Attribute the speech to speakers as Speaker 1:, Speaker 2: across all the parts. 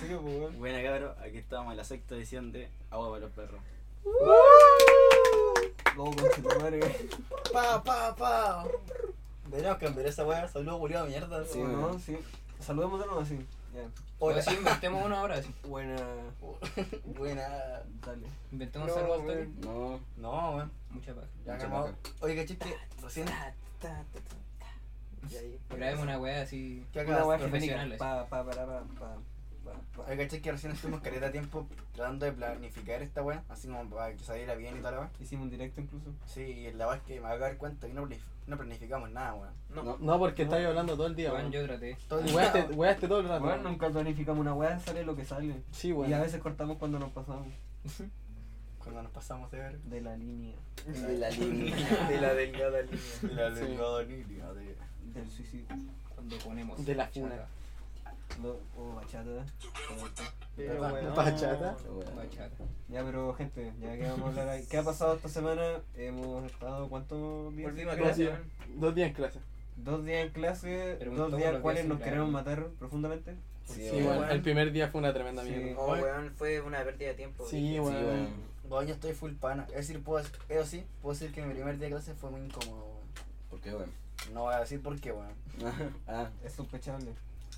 Speaker 1: serio, pues, weón.
Speaker 2: Buena cabros, aquí estábamos en la sexta edición de Agua para los perros.
Speaker 1: Vamos con su madre, weón.
Speaker 3: Pa, pa, pa. Deberíamos cambiar esa weá. Saludos, culiado mierda.
Speaker 1: Sí,
Speaker 3: weón.
Speaker 1: ¿no? Sí. Saludemos a uno así. Ya.
Speaker 3: Hola.
Speaker 4: Ahora Pues sí, inventemos uno ahora. sí.
Speaker 1: Buena.
Speaker 3: Buena.
Speaker 1: Dale.
Speaker 4: Inventemos algo al toque.
Speaker 2: No,
Speaker 3: No, weón.
Speaker 4: Mucha paja.
Speaker 3: Ya
Speaker 2: Mucha
Speaker 3: calmado.
Speaker 2: paja.
Speaker 3: Oye, cachis que recién. Y ahí.
Speaker 4: Grabemos una weá así.
Speaker 3: ¿Qué
Speaker 1: Una weá
Speaker 3: acabas?
Speaker 1: genérica.
Speaker 4: profesionales.
Speaker 1: Pa, pa, para, pa, pa, pa, pa.
Speaker 3: Oye, cachis que recién estuvimos caleta de tiempo tratando de planificar esta weá. Así como para que saliera bien y tal, weón.
Speaker 1: Hicimos un directo incluso.
Speaker 3: Sí, y la weá es que me acabo de dar cuenta que no, planif- no planificamos nada, weón.
Speaker 4: No.
Speaker 2: no.
Speaker 5: No, porque estáis hablando todo el día,
Speaker 4: Weón,
Speaker 5: weón.
Speaker 4: yo traté.
Speaker 3: Todo el día-
Speaker 5: Weaste, weaste todo el
Speaker 4: Ah,
Speaker 5: rato.
Speaker 1: Bueno, nunca planificamos una weá, sale lo que sale.
Speaker 5: Sí,
Speaker 1: Y a
Speaker 5: weón.
Speaker 1: veces cortamos cuando nos pasamos
Speaker 3: Cuando nos pasamos de ver.
Speaker 1: de la línea
Speaker 3: De la línea. De la delgada línea. De la
Speaker 5: Sí.
Speaker 3: delgada línea. de-
Speaker 1: del suicidio.
Speaker 4: Cuando ponemos.
Speaker 5: De la
Speaker 4: bachata.
Speaker 1: Lo- O bachata. correcto.
Speaker 3: Perdón.
Speaker 5: Pachata.
Speaker 4: Bachata.
Speaker 1: Ya, pero gente, ya que vamos a hablar ahí. ¿Qué ha pasado esta semana? Hemos estado cuántos días?
Speaker 4: Volvimos a
Speaker 5: Dos
Speaker 4: clase,
Speaker 5: días,
Speaker 4: weón.
Speaker 5: dos días en clase.
Speaker 1: Dos días en clase,
Speaker 4: Preguntó
Speaker 1: dos
Speaker 4: por
Speaker 1: días
Speaker 4: los
Speaker 1: cuales
Speaker 4: días
Speaker 1: nos
Speaker 4: sin
Speaker 1: queremos
Speaker 4: grabar.
Speaker 1: matar profundamente.
Speaker 2: Sí,
Speaker 5: Sí,
Speaker 2: weón.
Speaker 5: weón. El primer día fue una tremenda
Speaker 1: Sí.
Speaker 5: mierda.
Speaker 1: Oh,
Speaker 6: weón, fue una pérdida de tiempo.
Speaker 5: Sí,
Speaker 2: Sí,
Speaker 5: weón.
Speaker 2: weón.
Speaker 3: Weón, yo estoy full pana. Es decir, puedo, eso sí, puedo decir que mi primer día de clase fue muy incómodo, weón.
Speaker 2: ¿Por qué, weón?
Speaker 3: No voy a decir por qué, weón.
Speaker 2: ah,
Speaker 1: Es sospechable.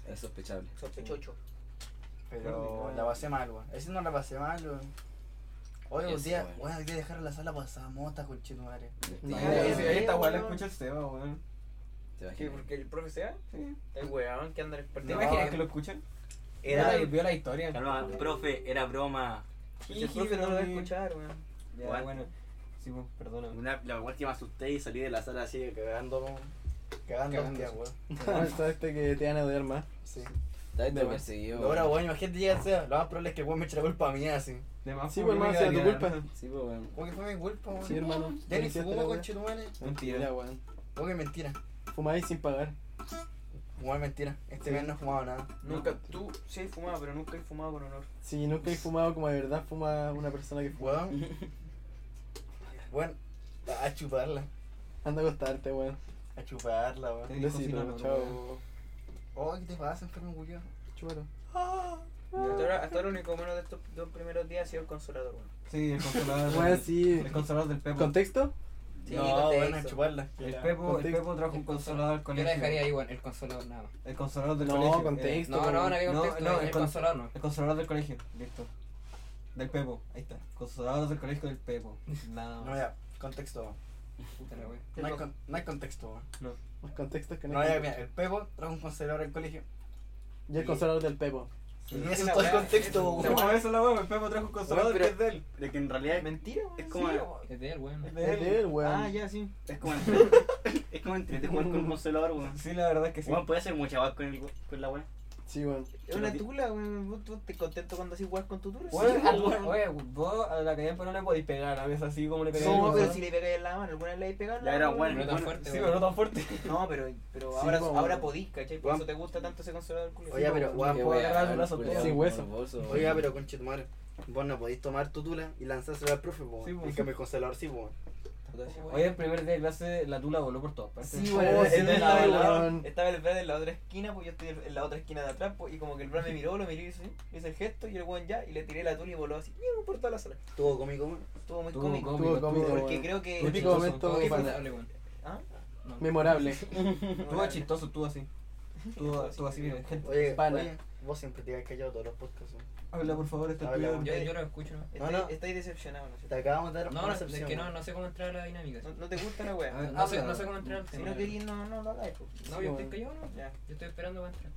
Speaker 2: es sospechable.
Speaker 6: Sospechocho.
Speaker 3: Pero la pasé mal, weón. Es decir, no la pasé mal, weón. Hoy un
Speaker 2: Eso,
Speaker 3: día,
Speaker 2: weón.
Speaker 3: weón, hoy día dejaron la sala pasada mota, tu madre.
Speaker 2: No,
Speaker 1: Ahí
Speaker 2: weón.
Speaker 1: ahí esta weá la
Speaker 6: weón.
Speaker 1: escucha el Seba, weón.
Speaker 2: Te imaginas.
Speaker 6: ¿Qué? ¿Porque el profe sea?
Speaker 1: Sí. eh,
Speaker 6: El weón que anda en el
Speaker 1: ¿Te
Speaker 6: partido.
Speaker 3: No.
Speaker 1: imaginas que lo escuchan?
Speaker 6: Era
Speaker 1: Vio la- vio la historia.
Speaker 2: Calma, profe, era broma.
Speaker 6: el profe no lo va a escuchar, weón.
Speaker 1: Ya,
Speaker 2: What?
Speaker 1: bueno. Sí, pues, perdóname.
Speaker 2: Una- la weón que me asusté y salí de la sala así cagando.
Speaker 3: Cagando
Speaker 5: Cagando.
Speaker 3: hostia, weón.
Speaker 5: Ah, Sabes que te van a odiar más.
Speaker 3: Sí.
Speaker 2: Está
Speaker 5: De
Speaker 2: todo
Speaker 5: más.
Speaker 2: perseguido.
Speaker 3: Ahora,
Speaker 2: weón.
Speaker 3: weón, imagínate llegar sea. Lo más probable es que weón me eche la culpa a mí así.
Speaker 1: De más
Speaker 5: Sí,
Speaker 1: por
Speaker 5: pues,
Speaker 1: mí
Speaker 5: hermano,
Speaker 1: que
Speaker 5: sea tu
Speaker 1: daría
Speaker 5: culpa.
Speaker 1: harta.
Speaker 2: Sí, pues, weón.
Speaker 3: Weón, que fue mi culpa, weón.
Speaker 5: Sí, hermano.
Speaker 3: Ya ni
Speaker 5: Hiciste
Speaker 3: fumó,
Speaker 5: la weá.
Speaker 3: conche tu madre.
Speaker 1: Mentira.
Speaker 5: Ya, weón.
Speaker 3: Weón, que mentira.
Speaker 5: Fumáis sin pagar.
Speaker 3: Weón, mentira. Este weón no fumaba nada.
Speaker 6: Nunca, tú sí has fumado, pero nunca he fumado con honor.
Speaker 5: Si nunca he fumado como de verdad fuma una persona que fuma.
Speaker 3: Weón. Weón, a a chuparla.
Speaker 5: Anda a acostarte, weón.
Speaker 3: A chuparla, weón.
Speaker 1: Te
Speaker 5: Un
Speaker 1: dijo sin
Speaker 5: besito,
Speaker 1: amor, weón.
Speaker 5: chao.
Speaker 3: Oh, ¿qué te pasa, enfermo, culiao?
Speaker 5: Chúpalo.
Speaker 6: Hasta ahora, hasta ahora lo único bueno de estos dos primeros días ha sido el consolador, weón.
Speaker 1: Sí, el consolador.
Speaker 5: Weón, sí.
Speaker 1: El consolador del Pepo.
Speaker 5: ¿Contexto?
Speaker 6: Sí,
Speaker 3: no,
Speaker 6: contexto.
Speaker 3: weón, a chuparla.
Speaker 1: El Pepo, el
Speaker 5: Contexto.
Speaker 1: Pepo trajo un consolador al
Speaker 4: Yo la dejaría
Speaker 1: colegio.
Speaker 4: ahí, weón. El consolador nada más.
Speaker 1: El consolador del
Speaker 5: No,
Speaker 1: colegio.
Speaker 5: contexto.
Speaker 1: eh,
Speaker 5: Listo,
Speaker 4: No, no,
Speaker 5: weón.
Speaker 4: no
Speaker 1: No,
Speaker 4: había contexto.
Speaker 1: no,
Speaker 4: el
Speaker 1: el con-
Speaker 4: consolador no.
Speaker 1: El consolador del colegio. Listo. Del Pepo. Ahí está. Consolador del colegio del Pepo. Nada
Speaker 3: No,
Speaker 1: más.
Speaker 3: ya, contexto. weón.
Speaker 4: Puta la weá.
Speaker 3: No hay, con- no hay contexto, weón.
Speaker 5: Los contextos que no,
Speaker 3: No,
Speaker 5: hay
Speaker 3: ya, mira,
Speaker 5: Pues contexto.
Speaker 3: el Pepo trajo un consolador al colegio.
Speaker 5: Y el consolador del Pepo.
Speaker 3: Y
Speaker 6: Sí,
Speaker 3: eso es
Speaker 6: la
Speaker 3: todo el
Speaker 6: weá,
Speaker 3: contexto,
Speaker 6: eso-
Speaker 3: weón.
Speaker 1: No, esa es la weá, el Pepo trajo un consolador
Speaker 2: Weón, pero-
Speaker 1: que es de él.
Speaker 2: De que en realidad
Speaker 1: Mentira, weón.
Speaker 2: es como-
Speaker 1: Sí, weón.
Speaker 4: Es de él, weón.
Speaker 5: Es de él, weón.
Speaker 1: Ah, ya, sí.
Speaker 2: es como entre- es como entrete jugar con un consolador, weón.
Speaker 1: Sí, la verdad es que sí.
Speaker 2: Weón, puede hacer mucha weón con, el- con la weón.
Speaker 5: Sí, weón.
Speaker 6: Es una tula, weón. ¿Vos, vos te contento cuando haces weón con tu tula?
Speaker 1: Weón,
Speaker 6: Sí,
Speaker 1: al-
Speaker 6: weón.
Speaker 1: oye, vos a la cañampa no le podéis pegar a la mesa así como le pegáis
Speaker 5: Sí,
Speaker 1: al
Speaker 6: No, pero
Speaker 1: consolador.
Speaker 6: si le pegáis en la mano, alguna vez le habéis pegado. en
Speaker 2: Ya
Speaker 6: la
Speaker 2: era
Speaker 6: mano,
Speaker 2: bueno.
Speaker 4: No tan fuerte,
Speaker 1: Sí,
Speaker 4: weón.
Speaker 1: pero no tan fuerte.
Speaker 6: No, pero, pero
Speaker 5: Sí,
Speaker 6: ahora,
Speaker 5: po,
Speaker 6: ahora
Speaker 5: weón.
Speaker 6: podís, ¿cachai? Por
Speaker 3: Weón.
Speaker 6: eso te gusta tanto ese consolador culiao.
Speaker 3: Oye, pero, weón, puedo agarrar un lazo.
Speaker 5: culiao. Sin hueso.
Speaker 3: Oye, pero conche tu madre. Vos no podéis tomar tu tula y lanzársela al profe, po,
Speaker 1: Sí,
Speaker 3: weón.
Speaker 1: po.
Speaker 3: En cambio, el consolador sí, po, weón.
Speaker 1: Oye, el primer día de clase la tula voló por todas partes.
Speaker 5: Sí,
Speaker 1: Oh,
Speaker 5: weón.
Speaker 1: sí,
Speaker 5: ese
Speaker 6: Entonces,
Speaker 5: es
Speaker 6: estaba,
Speaker 5: la
Speaker 6: el
Speaker 5: weón.
Speaker 6: estaba el Brad en la otra esquina, pues yo estoy en la otra esquina de atrás, pues, y como que el Brad me miró, lo miré y hice, hice el gesto, y el weón ya, y le tiré la tula y voló así, ¡miau! por toda la sala.
Speaker 3: Estuvo cómico, weón.
Speaker 6: Estuvo muy
Speaker 1: Estuvo
Speaker 6: cómico.
Speaker 1: cómico,
Speaker 5: Tuvo cómico,
Speaker 1: estuvo-
Speaker 6: porque
Speaker 5: weón.
Speaker 6: creo que.
Speaker 1: Estuvo
Speaker 5: Típico
Speaker 1: chistoso.
Speaker 5: momento
Speaker 4: Qué
Speaker 5: fan-
Speaker 4: favorable, weón.
Speaker 6: ¿Ah?
Speaker 5: memorable.
Speaker 1: Estuvo chistoso, tú así. Tú, tú así, mira, gente.
Speaker 3: Oye,
Speaker 5: Pana.
Speaker 3: oye, vos siempre te has callado todos los podcasts, weón.
Speaker 1: Habla, por favor, este
Speaker 3: Habla,
Speaker 1: culiao.
Speaker 3: weón.
Speaker 4: Yo, yo lo escucho, ¿no?
Speaker 6: Estáis,
Speaker 3: No, no.
Speaker 6: estáis decepcionados, ¿no? es
Speaker 3: Te
Speaker 6: cierto?
Speaker 3: acabamos de dar
Speaker 4: No,
Speaker 3: una
Speaker 4: no, es
Speaker 3: excepción,
Speaker 4: que no,
Speaker 3: weón.
Speaker 4: no sé cómo entrar a la dinámica.
Speaker 6: No- no te gusta la
Speaker 1: A ver,
Speaker 6: wea.
Speaker 4: Ah, No sé,
Speaker 1: habla.
Speaker 4: no sé cómo entrar al
Speaker 6: Si
Speaker 4: tema.
Speaker 6: no querís, no, no lo hagáis, pues.
Speaker 4: No, yo estoy callado, no.
Speaker 6: Ya.
Speaker 4: Yo estoy esperando para entrar.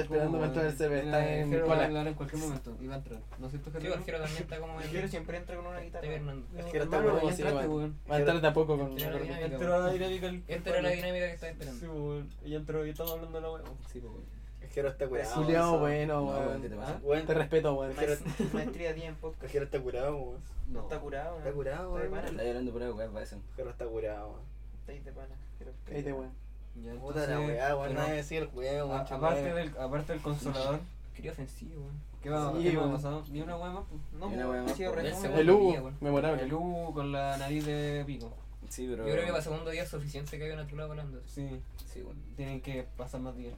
Speaker 1: Oh,
Speaker 5: esperando para entrar el server.
Speaker 1: Mira,
Speaker 5: Está en
Speaker 1: Jero va a
Speaker 5: cola.
Speaker 1: hablar en cualquier momento y va a entrar. ¿No es cierto,
Speaker 4: Sí,
Speaker 1: Jero?
Speaker 4: el Jero también está como.
Speaker 6: El Jero siempre entra con una
Speaker 4: Está
Speaker 6: guitarra.
Speaker 4: hibernando.
Speaker 3: Es que era tan
Speaker 1: Hermano,
Speaker 5: bueno,
Speaker 1: ya
Speaker 5: sí,
Speaker 1: entraste,
Speaker 5: weón.
Speaker 1: weón.
Speaker 5: Va a entrar de a poco con.
Speaker 4: Entró la dinámica, weón.
Speaker 1: Entró la dinámica. el-
Speaker 4: Esta era la dinámica que estaba esperando.
Speaker 1: Sí, weón. Ella entró y estamos hablando de la weón. Sí, weón.
Speaker 3: Es que no está curado.
Speaker 5: Juliado,
Speaker 3: weón.
Speaker 5: bueno,
Speaker 2: No, weón, ¿qué te
Speaker 5: weón.
Speaker 2: pasa?
Speaker 3: Weón,
Speaker 5: Te respeto, weón.
Speaker 6: Maest- Maestría tiempo.
Speaker 3: Cajero está curado, weón.
Speaker 1: No.
Speaker 6: Está curado,
Speaker 3: Está curado,
Speaker 6: Está de
Speaker 3: weón.
Speaker 6: pana.
Speaker 2: Está llorando por algo, weón, parece.
Speaker 3: Cajero está curado, weón.
Speaker 6: Estáis de pana. Jero.
Speaker 5: Cállate, weón.
Speaker 1: Ya,
Speaker 3: Puta la
Speaker 1: entonces,
Speaker 3: weá, weón.
Speaker 1: pero-
Speaker 3: Nadie decía el juego,
Speaker 1: a-
Speaker 3: weón.
Speaker 1: Aparte del, aparte del consolador,
Speaker 4: Quería ofensivo, weón.
Speaker 1: ¿qué va
Speaker 5: Sí,
Speaker 1: qué más ha
Speaker 5: weón.
Speaker 1: pasado? Ni una weá más. pues.
Speaker 6: No,
Speaker 2: Yo no voy a-
Speaker 6: ha sido
Speaker 4: Del
Speaker 6: re fome.
Speaker 4: segundo.
Speaker 5: El Hugo,
Speaker 1: El
Speaker 5: memorable.
Speaker 1: U con la nariz de pico.
Speaker 2: Sí, pero.
Speaker 4: Yo creo que para segundo día es suficiente que haya una tula volando.
Speaker 1: Sí,
Speaker 2: Sí, weón.
Speaker 1: tienen que pasar más días.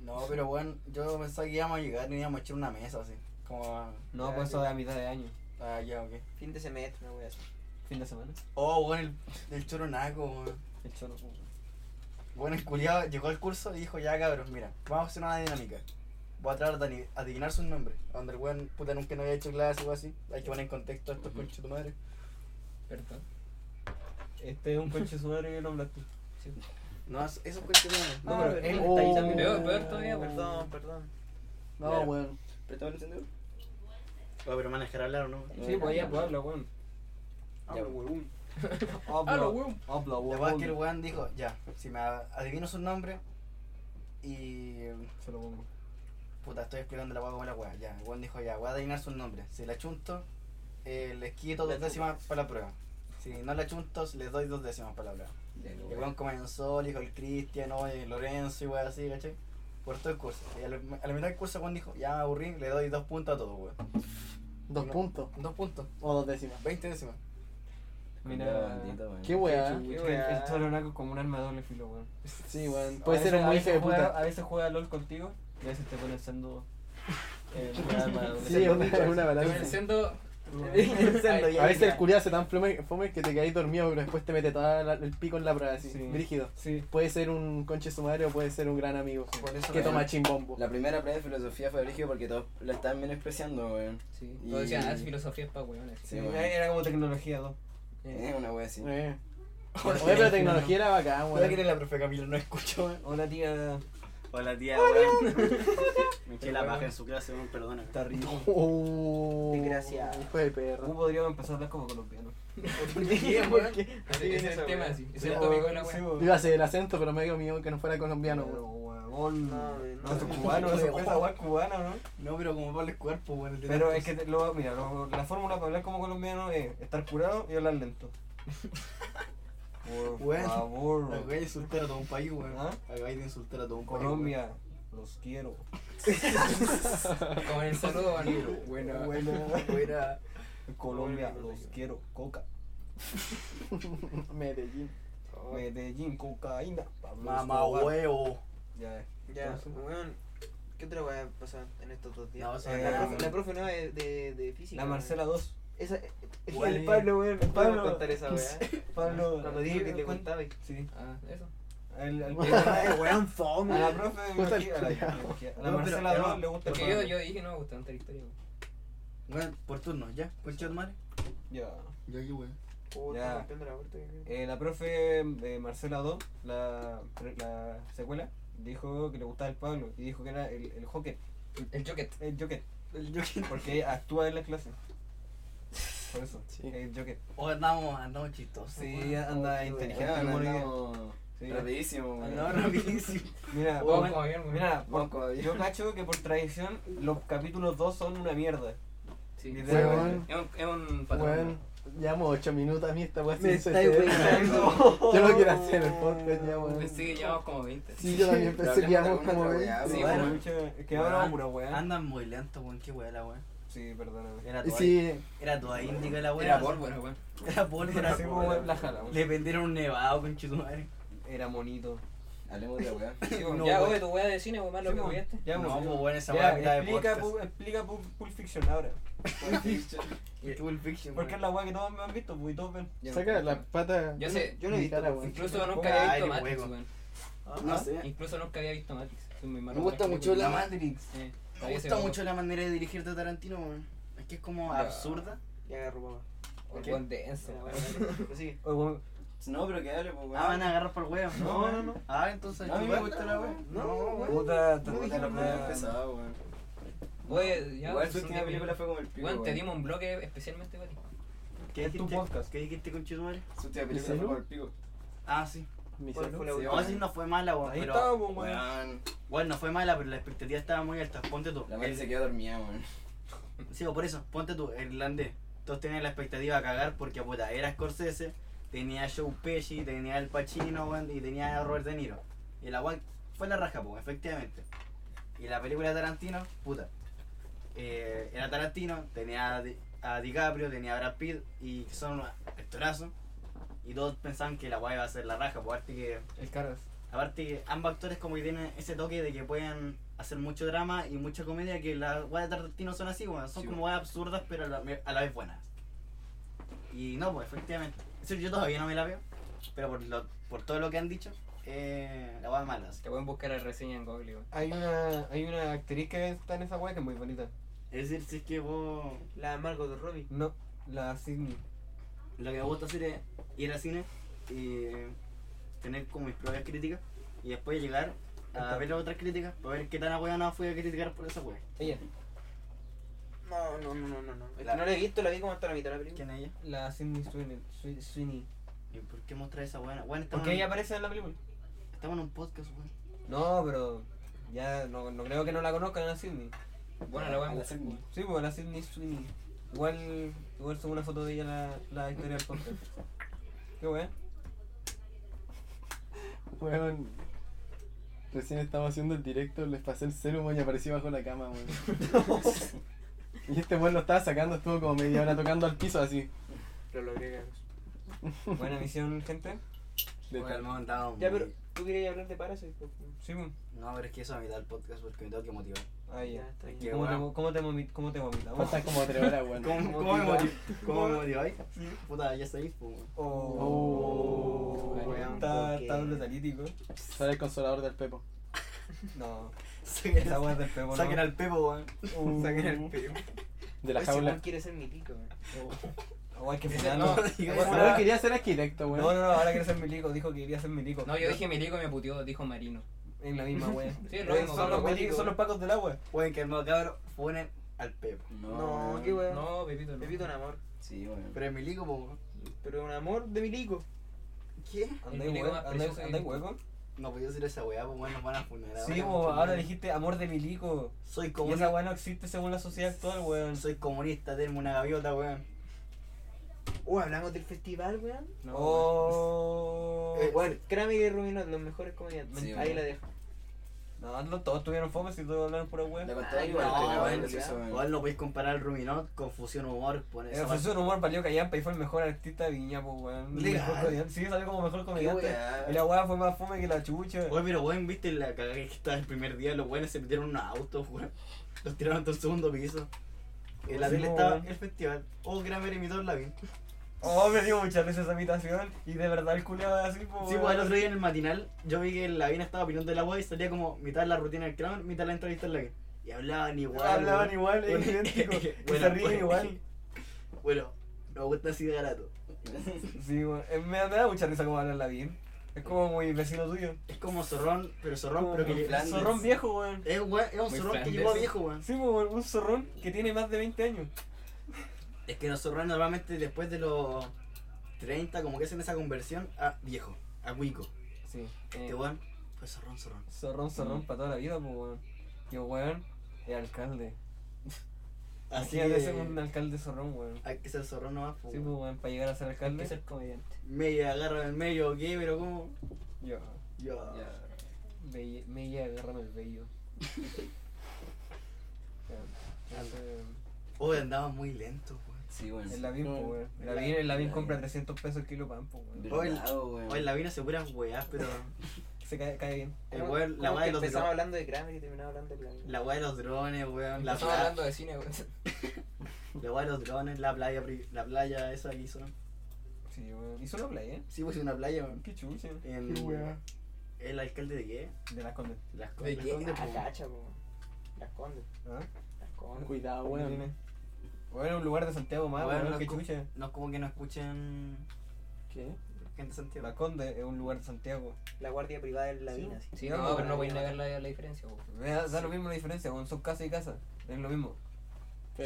Speaker 3: No, pero bueno, yo pensaba que íbamos a llegar y íbamos a echar una mesa así. Como.
Speaker 1: No,
Speaker 6: Ya,
Speaker 1: pues eso
Speaker 6: ya.
Speaker 1: de a mitad de año,
Speaker 3: Ah, ya, ok.
Speaker 6: Fin de semestre, una wea así.
Speaker 1: fin de semana.
Speaker 3: Oh, bueno, el, el choronaco, weón.
Speaker 1: El choro. uh,
Speaker 3: Bueno, el culiado llegó al curso y dijo, ya cabros, mira, vamos a hacer una dinámica. Voy a tratar de ani- adivinar sus nombres. Donde el weón, puta, nunca no había hecho clase o así. Hay que poner en contexto a estos
Speaker 1: Ujú.
Speaker 3: conches tu madre.
Speaker 4: Perdón.
Speaker 1: Este es un coche su madre que lo hablaste.
Speaker 3: No, es- esos conches tu madre.
Speaker 1: No,
Speaker 6: Ah,
Speaker 1: pero
Speaker 6: pero-
Speaker 1: él está ahí también.
Speaker 4: Peor, peor todavía,
Speaker 6: Perdón, perdón.
Speaker 5: Oh, No,
Speaker 6: Claro.
Speaker 5: weón.
Speaker 2: ¿Prestaba el encendedor?
Speaker 3: Oh, pero manejar hablar o no.
Speaker 1: Sí, pues ya, pues habla, weón.
Speaker 2: Ah,
Speaker 1: Ya.
Speaker 2: pero huevón.
Speaker 1: Habla,
Speaker 4: Habla, weón.
Speaker 1: Habla,
Speaker 3: La verdad es que el
Speaker 1: weón.
Speaker 3: weón dijo, ya, si me a- adivino su nombre y.
Speaker 1: Se lo pongo.
Speaker 3: Puta, estoy explicando la weá como la weá. Ya, el weón dijo, ya, voy a adivinar sus nombres. Si la chunto, eh, les quito
Speaker 6: La
Speaker 3: dos décimas para la prueba. Si no la chunto, les doy dos décimas para la prueba.
Speaker 4: Ya, lo
Speaker 3: El
Speaker 4: weón.
Speaker 3: weón comenzó, le dijo el Cristian, oye, el Lorenzo y weón así, ¿cachai? Por todo el curso. Y a la, a la mitad del curso, el weón dijo, ya me aburrí, le doy dos puntos a todos, weón.
Speaker 5: Dos
Speaker 3: No.
Speaker 5: puntos.
Speaker 3: Dos puntos,
Speaker 5: O dos décimas.
Speaker 3: veinte décimas.
Speaker 2: Ya,
Speaker 1: Mira.
Speaker 2: bandita, weón.
Speaker 5: Qué weá.
Speaker 1: El,
Speaker 6: Qué
Speaker 1: el
Speaker 6: weá.
Speaker 1: toronaco como un arma de doble filo, weón.
Speaker 5: Sí, weón.
Speaker 1: A
Speaker 5: Puede ser
Speaker 1: veces-
Speaker 5: un
Speaker 1: a
Speaker 5: muy hijo
Speaker 1: veces
Speaker 5: de
Speaker 1: juega-
Speaker 5: puta.
Speaker 1: A veces juega LOL contigo y a veces te pone siendo. Eh, un arma de doble
Speaker 5: Sí,
Speaker 1: filo.
Speaker 5: una, una
Speaker 4: Te voy
Speaker 5: balanza.
Speaker 4: diciendo.
Speaker 6: Pensando ya,
Speaker 5: A veces
Speaker 6: ya.
Speaker 5: el culiado se tan fome, fome que te quedáis dormido, pero después te mete todo el pico en la prueba, así,
Speaker 1: Sí.
Speaker 5: brígido.
Speaker 1: Sí.
Speaker 5: Puede ser un conche sumario o puede ser un gran amigo
Speaker 3: Por eso
Speaker 5: que
Speaker 3: la-
Speaker 5: toma chimbombo.
Speaker 2: La primera prueba de filosofía fue origen porque todos la estaban menospreciando, weón.
Speaker 4: Sí.
Speaker 2: Y-
Speaker 4: Todos decían, ah, es filosofía para weones.
Speaker 2: Sí,
Speaker 1: Era-
Speaker 2: weón.
Speaker 1: Era como tecnología 2.
Speaker 2: Es una wea así.
Speaker 5: Eh. Oye, pero la tecnología era bacán,
Speaker 3: Puta que
Speaker 5: weón.
Speaker 3: eres la profe Camilo, no escucho, weón.
Speaker 1: Hola tía,
Speaker 2: Hola tía, weón. Me eché la paja en su clase, weón, perdona.
Speaker 1: está rico.
Speaker 5: Oh,
Speaker 6: Desgraciado.
Speaker 5: Hijo de
Speaker 1: ¿Cómo
Speaker 5: perro.
Speaker 1: podríamos empezar a hablar como colombiano?
Speaker 3: ¿Por qué, weón?
Speaker 4: Ese ese es el tema, así. Ese es el
Speaker 1: Pero-
Speaker 4: tópico de la
Speaker 1: sí,
Speaker 4: weá.
Speaker 1: weón.
Speaker 5: Iba a hacer el acento, pero me dio miedo que no fuera colombiano,
Speaker 1: Pero,
Speaker 5: weón.
Speaker 1: huevón.
Speaker 6: No,
Speaker 1: No,
Speaker 6: no,
Speaker 1: eso es cubano,
Speaker 3: no,
Speaker 1: eso
Speaker 3: no,
Speaker 1: cuenta
Speaker 3: no.
Speaker 1: guay cubana, ¿no?
Speaker 3: No, pero como Pablo el cuerpo, weón. el de
Speaker 1: Pero
Speaker 3: tantos.
Speaker 1: es que, te- lo, mira, lo- la fórmula para hablar como colombiano es estar curado y hablar lento. Por
Speaker 3: Bueno,
Speaker 1: favor,
Speaker 3: Acabáis de insultar a todo un país, weón.
Speaker 1: ¿Ah?
Speaker 3: Acabáis de insultar a todo un país.
Speaker 1: Colombia, los quiero.
Speaker 4: Con el saludo, van.
Speaker 3: Colombia.
Speaker 4: Bueno.
Speaker 3: Buena, buena.
Speaker 1: Colombia,
Speaker 6: Colombia,
Speaker 1: los
Speaker 6: los
Speaker 1: quiero. Coca,
Speaker 5: Medellín.
Speaker 6: Ah.
Speaker 1: Medellín, cocaína. Pablo
Speaker 3: Mamá
Speaker 1: Escobar.
Speaker 3: huevo.
Speaker 1: Ya,
Speaker 6: Ya, weón. ¿Qué otra weá pasó en estos dos días?
Speaker 3: No, eso
Speaker 1: Eh,
Speaker 6: la,
Speaker 1: no.
Speaker 6: profe, la profe nueva de, de, de física.
Speaker 1: La
Speaker 6: weón.
Speaker 1: Marcela 2.
Speaker 6: Esa, eh,
Speaker 1: Weón.
Speaker 6: el Pablo, weón.
Speaker 1: El
Speaker 6: El
Speaker 1: Pablo.
Speaker 6: Pablo. contar esa weá.
Speaker 1: Pablo.
Speaker 6: Cuando dijo que te
Speaker 1: ¿cuál?
Speaker 6: contaba. y-
Speaker 1: Sí.
Speaker 4: Ah, eso.
Speaker 1: El, el-
Speaker 6: Eh, weón, fome.
Speaker 1: a la profe de
Speaker 5: Puta el
Speaker 1: biología, a la-
Speaker 5: culiao.
Speaker 1: biología, a la
Speaker 3: No, pero-
Speaker 1: Marcela
Speaker 3: pero-
Speaker 1: 2 le gusta el
Speaker 4: Porque yo,
Speaker 1: Pablo.
Speaker 4: yo dije que no me gustaba contar historia, weón.
Speaker 3: Weón, por turno, ya. Concha de madre.
Speaker 1: Ya.
Speaker 3: Yo aquí, weón.
Speaker 6: Puta,
Speaker 1: Ya.
Speaker 6: rompiendo la puerta, weón.
Speaker 1: Eh, la profe de Marcela 2, la, la secuela, dijo que le gustaba el Pablo y dijo que era el, el Joker,
Speaker 4: El Jocket.
Speaker 1: el Joker,
Speaker 3: El Joker.
Speaker 1: porque actúa en la clase. Por eso,
Speaker 5: Sí.
Speaker 1: el Joker.
Speaker 3: Oh, andamos, andamos chistosos.
Speaker 1: Sí,
Speaker 3: weón.
Speaker 1: anda
Speaker 2: Weón,
Speaker 1: inteligente, muy bien.
Speaker 2: andamos
Speaker 1: Sí.
Speaker 2: Rapidísimo, weón.
Speaker 3: Andamos rapidísimo.
Speaker 1: Mira,
Speaker 4: Ah, Vamos
Speaker 1: bueno,
Speaker 4: como avión, weón.
Speaker 1: mira,
Speaker 2: Vamos
Speaker 1: por-
Speaker 2: como avión.
Speaker 1: yo cacho que por tradición los capítulos 2 son una mierda.
Speaker 4: Sí.
Speaker 1: Literalmente.
Speaker 5: Weón.
Speaker 4: Es un, es un
Speaker 5: Weón.
Speaker 4: patrón.
Speaker 5: Llevamos ocho minutos a mí esta weá.
Speaker 6: Me
Speaker 5: sin
Speaker 6: estáis
Speaker 5: suceder.
Speaker 6: weando.
Speaker 5: Yo no quiero hacer el podcast ya,
Speaker 4: Weón.
Speaker 5: weón.
Speaker 4: Pensé Este que llevamos como 20.
Speaker 5: Sí, yo también
Speaker 2: Pero
Speaker 5: pensé que íbamos
Speaker 2: hablemos de
Speaker 5: como
Speaker 2: alguna otra
Speaker 5: 20.
Speaker 2: weá,
Speaker 1: Sí,
Speaker 2: weón.
Speaker 1: bueno, mucho- es que ahora
Speaker 3: Weón,
Speaker 1: pura weá.
Speaker 3: Andan muy lento, weón. Qué weá la weón.
Speaker 1: Sí, perdóname.
Speaker 3: Era
Speaker 5: Y
Speaker 3: toda,
Speaker 5: sí,
Speaker 3: era toda índica la weón.
Speaker 4: Era pólvora, weón.
Speaker 3: Era polvo,
Speaker 1: Así como pues, weón, la jala,
Speaker 3: Le
Speaker 1: weón.
Speaker 3: vendieron un nevado, concha de madre.
Speaker 1: Era bonito.
Speaker 2: Hablemos de la weá.
Speaker 4: Sí, weón.
Speaker 3: No,
Speaker 4: Ya,
Speaker 3: weón.
Speaker 4: oye, tu weá de cine, weón, más lo que
Speaker 1: Sí,
Speaker 4: cuidaste.
Speaker 1: Ya,
Speaker 3: No,
Speaker 1: weón.
Speaker 3: pues weón, esa weá
Speaker 1: Ya,
Speaker 3: mitad de
Speaker 1: explica, pues,
Speaker 3: podcast.
Speaker 1: Pulp- explica Pulp, Pulp Fiction ahora.
Speaker 3: Pulp Fiction,
Speaker 1: Porque es
Speaker 3: weón.
Speaker 1: la weá que todos me han visto, pues, y todos ven.
Speaker 5: saca las patas.
Speaker 4: Yo sé,
Speaker 6: yo no he
Speaker 5: mi
Speaker 6: visto,
Speaker 5: cara,
Speaker 6: pero
Speaker 5: weón.
Speaker 4: Incluso nunca
Speaker 3: Ponga
Speaker 4: había visto
Speaker 3: aire,
Speaker 4: Matrix,
Speaker 3: huevo.
Speaker 4: weón.
Speaker 2: No sé.
Speaker 4: Incluso nunca había visto Matrix. Soy muy malo
Speaker 3: Me
Speaker 4: con
Speaker 3: gusta
Speaker 4: las
Speaker 3: mucho la
Speaker 4: películas.
Speaker 3: Matrix.
Speaker 4: Eh,
Speaker 3: Me
Speaker 4: todavía
Speaker 3: gusta
Speaker 4: sigo-
Speaker 3: mucho la manera de dirigir de Tarantino, weón. Es que es como
Speaker 4: Ya.
Speaker 3: absurda.
Speaker 6: Ya agarro, papá.
Speaker 4: Weón,
Speaker 3: ¿Qué?
Speaker 4: weón, denso,
Speaker 6: Ya,
Speaker 4: weón.
Speaker 6: bueno, dale, prosigue.
Speaker 1: Oye, weón,
Speaker 2: No, pero que hable, pues, weón.
Speaker 3: Ah, van a agarrar por huevo.
Speaker 1: No, no, no.
Speaker 3: Ah, entonces.
Speaker 2: No, a mí me
Speaker 3: igual,
Speaker 2: gusta la weá.
Speaker 3: No,
Speaker 1: puta,
Speaker 3: weón.
Speaker 1: puta,
Speaker 3: no
Speaker 1: puta,
Speaker 3: dije
Speaker 1: la
Speaker 3: nada.
Speaker 1: weá.
Speaker 2: Pesado, weón.
Speaker 4: Oye, ya.
Speaker 2: Igual
Speaker 4: pues,
Speaker 2: su
Speaker 4: es una
Speaker 2: última película fue como el pico.
Speaker 4: Weón, te
Speaker 2: weón.
Speaker 4: dimos un bloque especialmente para ti.
Speaker 3: ¿Qué
Speaker 1: Es tu
Speaker 3: dijiste?
Speaker 1: podcast.
Speaker 3: ¿Qué dijiste con Chismare?
Speaker 2: Su última
Speaker 5: ¿En
Speaker 2: película fue
Speaker 5: serio?
Speaker 2: como el pico.
Speaker 3: Ah, sí.
Speaker 5: Mi
Speaker 6: ¿Cuál
Speaker 5: salud.
Speaker 6: fue
Speaker 2: Sí,
Speaker 6: la
Speaker 3: No,
Speaker 6: última?
Speaker 2: weón.
Speaker 3: sí, no fue mala, weón.
Speaker 1: Ahí
Speaker 3: Pero,
Speaker 1: estábamos, weón.
Speaker 2: Weón.
Speaker 3: bueno, no fue mala, pero la expectativa estaba muy alta. Ponte tú.
Speaker 2: La madre se quedó dormida, weón.
Speaker 3: Sí, o por eso, ponte tú, el irlandés. Todos tenían la expectativa a cagar porque, puta, era Scorsese, tenía a Joe Pesci, tenía al Pacino, weón, y tenía a Robert De Niro. Y la weón fue la raja, pues, efectivamente. Y la película de Tarantino, puta. eh, era Tarantino, tenía a, Di- a DiCaprio, tenía a Brad Pitt, y que son unos actorazos. Y todos pensaban que la weón iba a ser la raja, pues, arte que
Speaker 1: El Caras.
Speaker 3: Aparte que ambos actores como que tienen ese toque de que pueden hacer mucho drama y mucha comedia que las weas de Tarantino son así, weón. Son
Speaker 1: Sí,
Speaker 3: como weas absurdas pero a la, a la vez buenas. Y no, pues efectivamente. Es decir, yo todavía no me la veo, pero por, lo- por todo lo que han dicho, eh, la wea es mala. así.
Speaker 4: Te pueden buscar la reseña en Google, weón.
Speaker 1: Hay una, hay una actriz que está en esa weá que es muy bonita.
Speaker 3: Es decir, si es que vos...
Speaker 6: La Margot Robbie.
Speaker 1: No, la Sidney.
Speaker 3: Lo que me gusta hacer es ir al cine y tener como mis propias críticas y después llegar a ver las otras críticas para ver qué tan ahueonado fui a criticar por esa wea.
Speaker 1: Ella.
Speaker 6: No, no, no, no, no. no. Es
Speaker 3: La-
Speaker 6: que no la he visto, la vi como hasta la mitad de la película.
Speaker 3: ¿Quién es ella?
Speaker 1: La Sidney Sweeney. Swi- Sweeney.
Speaker 3: ¿Y por qué mostrar esa buena? Bueno, estamos,
Speaker 6: Porque
Speaker 3: en,
Speaker 6: ella aparece en la película.
Speaker 3: estamos en un podcast, weón.
Speaker 1: No, pero ya no, no creo que no la conozcan a la Sidney.
Speaker 4: Bueno, la voy a buscar,
Speaker 2: Sidney.
Speaker 4: weón.
Speaker 1: Sí, pues la Sidney Sweeney. Igual, igual subo una foto de ella a la, la historia del podcast. Qué weá.
Speaker 5: Weón. Recién estaba haciendo el directo, les pasé el celu, weón, y apareció bajo la cama, weón. y este weón lo estaba sacando, estuvo como media hora tocando al piso así.
Speaker 6: Pero lo agregan.
Speaker 1: Buena misión, gente.
Speaker 5: De
Speaker 3: Bueno,
Speaker 5: tal.
Speaker 3: hemos andado
Speaker 6: Ya,
Speaker 3: muy-
Speaker 6: pero tú querías hablar de Parasite. po.
Speaker 1: Sí, pues.
Speaker 3: No, pero es que eso a mitad del podcast porque me tengo que motivar.
Speaker 1: Ah, ya.
Speaker 6: está
Speaker 3: Aquí.
Speaker 6: bien.
Speaker 1: ¿Cómo te,
Speaker 3: weá.
Speaker 1: cómo te, vomi- cómo te vomitas?
Speaker 5: Faltan como tres horas, weón.
Speaker 3: ¿Cómo, cómo me motivo? ¿Cómo me motiváis? Puta, ya sabéis, pues, weón.
Speaker 1: Oh,
Speaker 5: Oh,
Speaker 1: weón,
Speaker 6: weón,
Speaker 1: está,
Speaker 6: porque-
Speaker 1: está brutalítico.
Speaker 5: Sale el consolador del Pepo.
Speaker 1: No,
Speaker 3: Saquen,
Speaker 1: esa weá es del pebo, ¿no?
Speaker 3: saquen al pepo, weón.
Speaker 1: Uh,
Speaker 6: Saquen el pelo.
Speaker 5: De la
Speaker 6: Ese
Speaker 5: jaula.
Speaker 6: weón quiere ser mi pico, weón.
Speaker 1: Oh, hay que
Speaker 4: Ese-
Speaker 1: funar,
Speaker 4: no,
Speaker 1: no.
Speaker 3: diga
Speaker 1: Ahora-
Speaker 5: Ese weón quería ser arquitecto,
Speaker 1: No,
Speaker 5: weón.
Speaker 1: no, no, ahora quiere ser milico, dijo que quería ser milico.
Speaker 4: No, yo dije milico y me puteó, dijo marino.
Speaker 1: En la misma wea.
Speaker 4: Sí, lo
Speaker 1: Eh,
Speaker 4: mismo,
Speaker 1: son, los milicos,
Speaker 4: pero
Speaker 6: cuático.
Speaker 1: son los pacos del agua.
Speaker 3: Pueden que el nuevo cabro funen al pepo.
Speaker 6: No, qué weón.
Speaker 4: No, Pepito, no.
Speaker 6: Pepito un amor.
Speaker 2: Sí, weón.
Speaker 3: Pero es milico, pues, weón.
Speaker 6: Pero un amor de milico.
Speaker 3: ¿Qué?
Speaker 1: Andai
Speaker 4: milico
Speaker 1: hue-
Speaker 4: más
Speaker 1: andai-
Speaker 4: precioso que
Speaker 1: andai
Speaker 4: existe.
Speaker 1: hueco.
Speaker 3: No podía decir esa weá, pues weón, nos van a funar.
Speaker 1: Sí,
Speaker 3: weón.
Speaker 1: bo, ahora dijiste amor de milico.
Speaker 3: Soy
Speaker 1: Y esa
Speaker 3: comunista.
Speaker 1: weá no existe según la sociedad actual, weón.
Speaker 3: Soy comunista, denme una gaviota, weón.
Speaker 6: Uh, hablamos del festival, weón.
Speaker 4: No,
Speaker 1: Oh.
Speaker 6: Eh, Bueno, Kramer y Rubino, los mejores comediantes.
Speaker 2: Sí,
Speaker 6: Ahí
Speaker 2: weón.
Speaker 6: la dejo.
Speaker 1: No, no, todos tuvieron fome si todos hablaron pura wea.
Speaker 2: La
Speaker 1: Eh,
Speaker 2: contaba
Speaker 6: Ay,
Speaker 2: igual,
Speaker 3: no,
Speaker 2: pero
Speaker 3: weón,
Speaker 2: bueno, sí,
Speaker 6: ya.
Speaker 2: eso, weón.
Speaker 3: Igual no podéis comparar el Ruminot con Fusión Humor, por
Speaker 1: El
Speaker 3: eso.
Speaker 1: profesor Eh, humor valió callampa y fue el mejor artista de Viña, po, weón. El
Speaker 3: Legal.
Speaker 1: mejor comediante. Sí, salió como mejor comediante.
Speaker 2: weá.
Speaker 1: Y la weá fue más fome que la chucha.
Speaker 3: Oye, pero weón, viste la cagada que estaba el primer día, los weones se metieron en un auto, weón. Los tiraron hasta el segundo piso. En la
Speaker 1: Sí,
Speaker 3: tele
Speaker 1: po,
Speaker 3: estaba
Speaker 1: weón.
Speaker 3: el festival. Oh, Kramer imitó la vi.
Speaker 1: Oh, me dio mucha risa esa imitación. Y de verdad el culiado así, po,
Speaker 3: Sí, pues el otro día en el matinal, yo vi que el Lavín estaba opinando de la web y salía como mitad la rutina del Kramer, mitad la entrevista del Lavín. Y hablaban igual.
Speaker 1: Hablaban
Speaker 3: weón.
Speaker 1: igual, pues. es
Speaker 3: Bueno,
Speaker 1: idéntico. y
Speaker 3: bueno,
Speaker 1: se ríen
Speaker 3: bueno.
Speaker 1: igual.
Speaker 3: Bueno, me gusta así de garato.
Speaker 1: Sí, bueno, eh, me, me da mucha risa como hablarla bien. Es como muy vecino tuyo.
Speaker 3: Es como zorrón, pero zorrón,
Speaker 1: Como
Speaker 3: pero
Speaker 1: un
Speaker 3: que
Speaker 2: Flanders.
Speaker 1: zorrón viejo, weón.
Speaker 3: Es, un weón- es un
Speaker 4: Muy
Speaker 3: zorrón que
Speaker 4: Flanders.
Speaker 3: llegó a viejo, weón.
Speaker 1: Sí, po, weón, un zorrón que tiene más de 20 años.
Speaker 3: Es que los zorrones normalmente después de los 30 como que hacen esa conversión a viejo, a cuico.
Speaker 1: Sí. Eh,
Speaker 3: Este weón fue zorrón, zorrón.
Speaker 1: Zorrón,
Speaker 3: Mm.
Speaker 1: zorrón para toda la vida, pues weón. Yo, weón, es alcalde.
Speaker 3: Así
Speaker 1: Así es un
Speaker 3: que
Speaker 1: alcalde zorrón, weón.
Speaker 3: hay que ser Ah, zorrón nomás, po,
Speaker 1: Sí, pues
Speaker 3: weón.
Speaker 1: weón, para llegar a ser
Speaker 4: Hay que
Speaker 1: alcalde.
Speaker 4: ser comediante.
Speaker 3: Media agarra en el medio, ¿qué? Pero como...
Speaker 1: Yo.
Speaker 3: Ya.
Speaker 2: Ya.
Speaker 1: Belle- Mella, agárrame el vello. Ya, ese-
Speaker 3: Hoy andaba muy lento, weón.
Speaker 2: Sí, weón.
Speaker 1: El Lavín, pues,
Speaker 5: No,
Speaker 1: weón. El
Speaker 3: el
Speaker 1: Lavín, el Lavín
Speaker 2: Lavín.
Speaker 1: compra 300 pesos el kilo de pan, pues, weón.
Speaker 3: Hoy-
Speaker 2: Verdad, weón.
Speaker 3: Hoy la vino se puras weas, pero
Speaker 1: Se cae, cae bien.
Speaker 3: el
Speaker 6: ¿Cómo-
Speaker 3: weón, la
Speaker 6: cómo
Speaker 3: wea de
Speaker 6: que
Speaker 3: los
Speaker 6: Empezamos
Speaker 3: drones.
Speaker 6: hablando de Kramer y terminamos hablando de Kramer.
Speaker 3: La wea de los drones, weón. La,
Speaker 4: Estamos
Speaker 3: pla-
Speaker 4: hablando de cine, weón.
Speaker 3: la wea de los drones, la playa, pri- la playa esa que hizo.
Speaker 1: Sí, weón. Hizo la playa, ¿eh?
Speaker 3: Sí, pues una playa, weón.
Speaker 1: Qué chucha.
Speaker 3: En, ¿El alcalde de qué?
Speaker 1: De las condes.
Speaker 3: Las
Speaker 4: ¿De
Speaker 3: Condes,
Speaker 4: qué?
Speaker 3: Condes,
Speaker 6: Ah,
Speaker 3: po.
Speaker 6: cacha, po. Las condes.
Speaker 1: ¿Ah?
Speaker 6: Las condes.
Speaker 4: Ah,
Speaker 5: Cuidado,
Speaker 1: Dime.
Speaker 5: weón.
Speaker 1: Weón, un lugar de Santiago más,
Speaker 3: Weón,
Speaker 1: weón.
Speaker 3: no
Speaker 1: Qué
Speaker 3: es cu-
Speaker 1: chucha.
Speaker 3: No es como que no escuchen
Speaker 5: ¿Qué?
Speaker 3: gente de Santiago.
Speaker 1: Las condes es un lugar de Santiago.
Speaker 6: La guardia privada de la mina. así.
Speaker 4: Sí, no,
Speaker 1: No,
Speaker 4: pero no
Speaker 1: no,
Speaker 4: voy a
Speaker 1: no.
Speaker 4: negar la, la diferencia, weón.
Speaker 1: Me da, da lo mismo la diferencia, weón. Son casa y casa. Es lo mismo. Son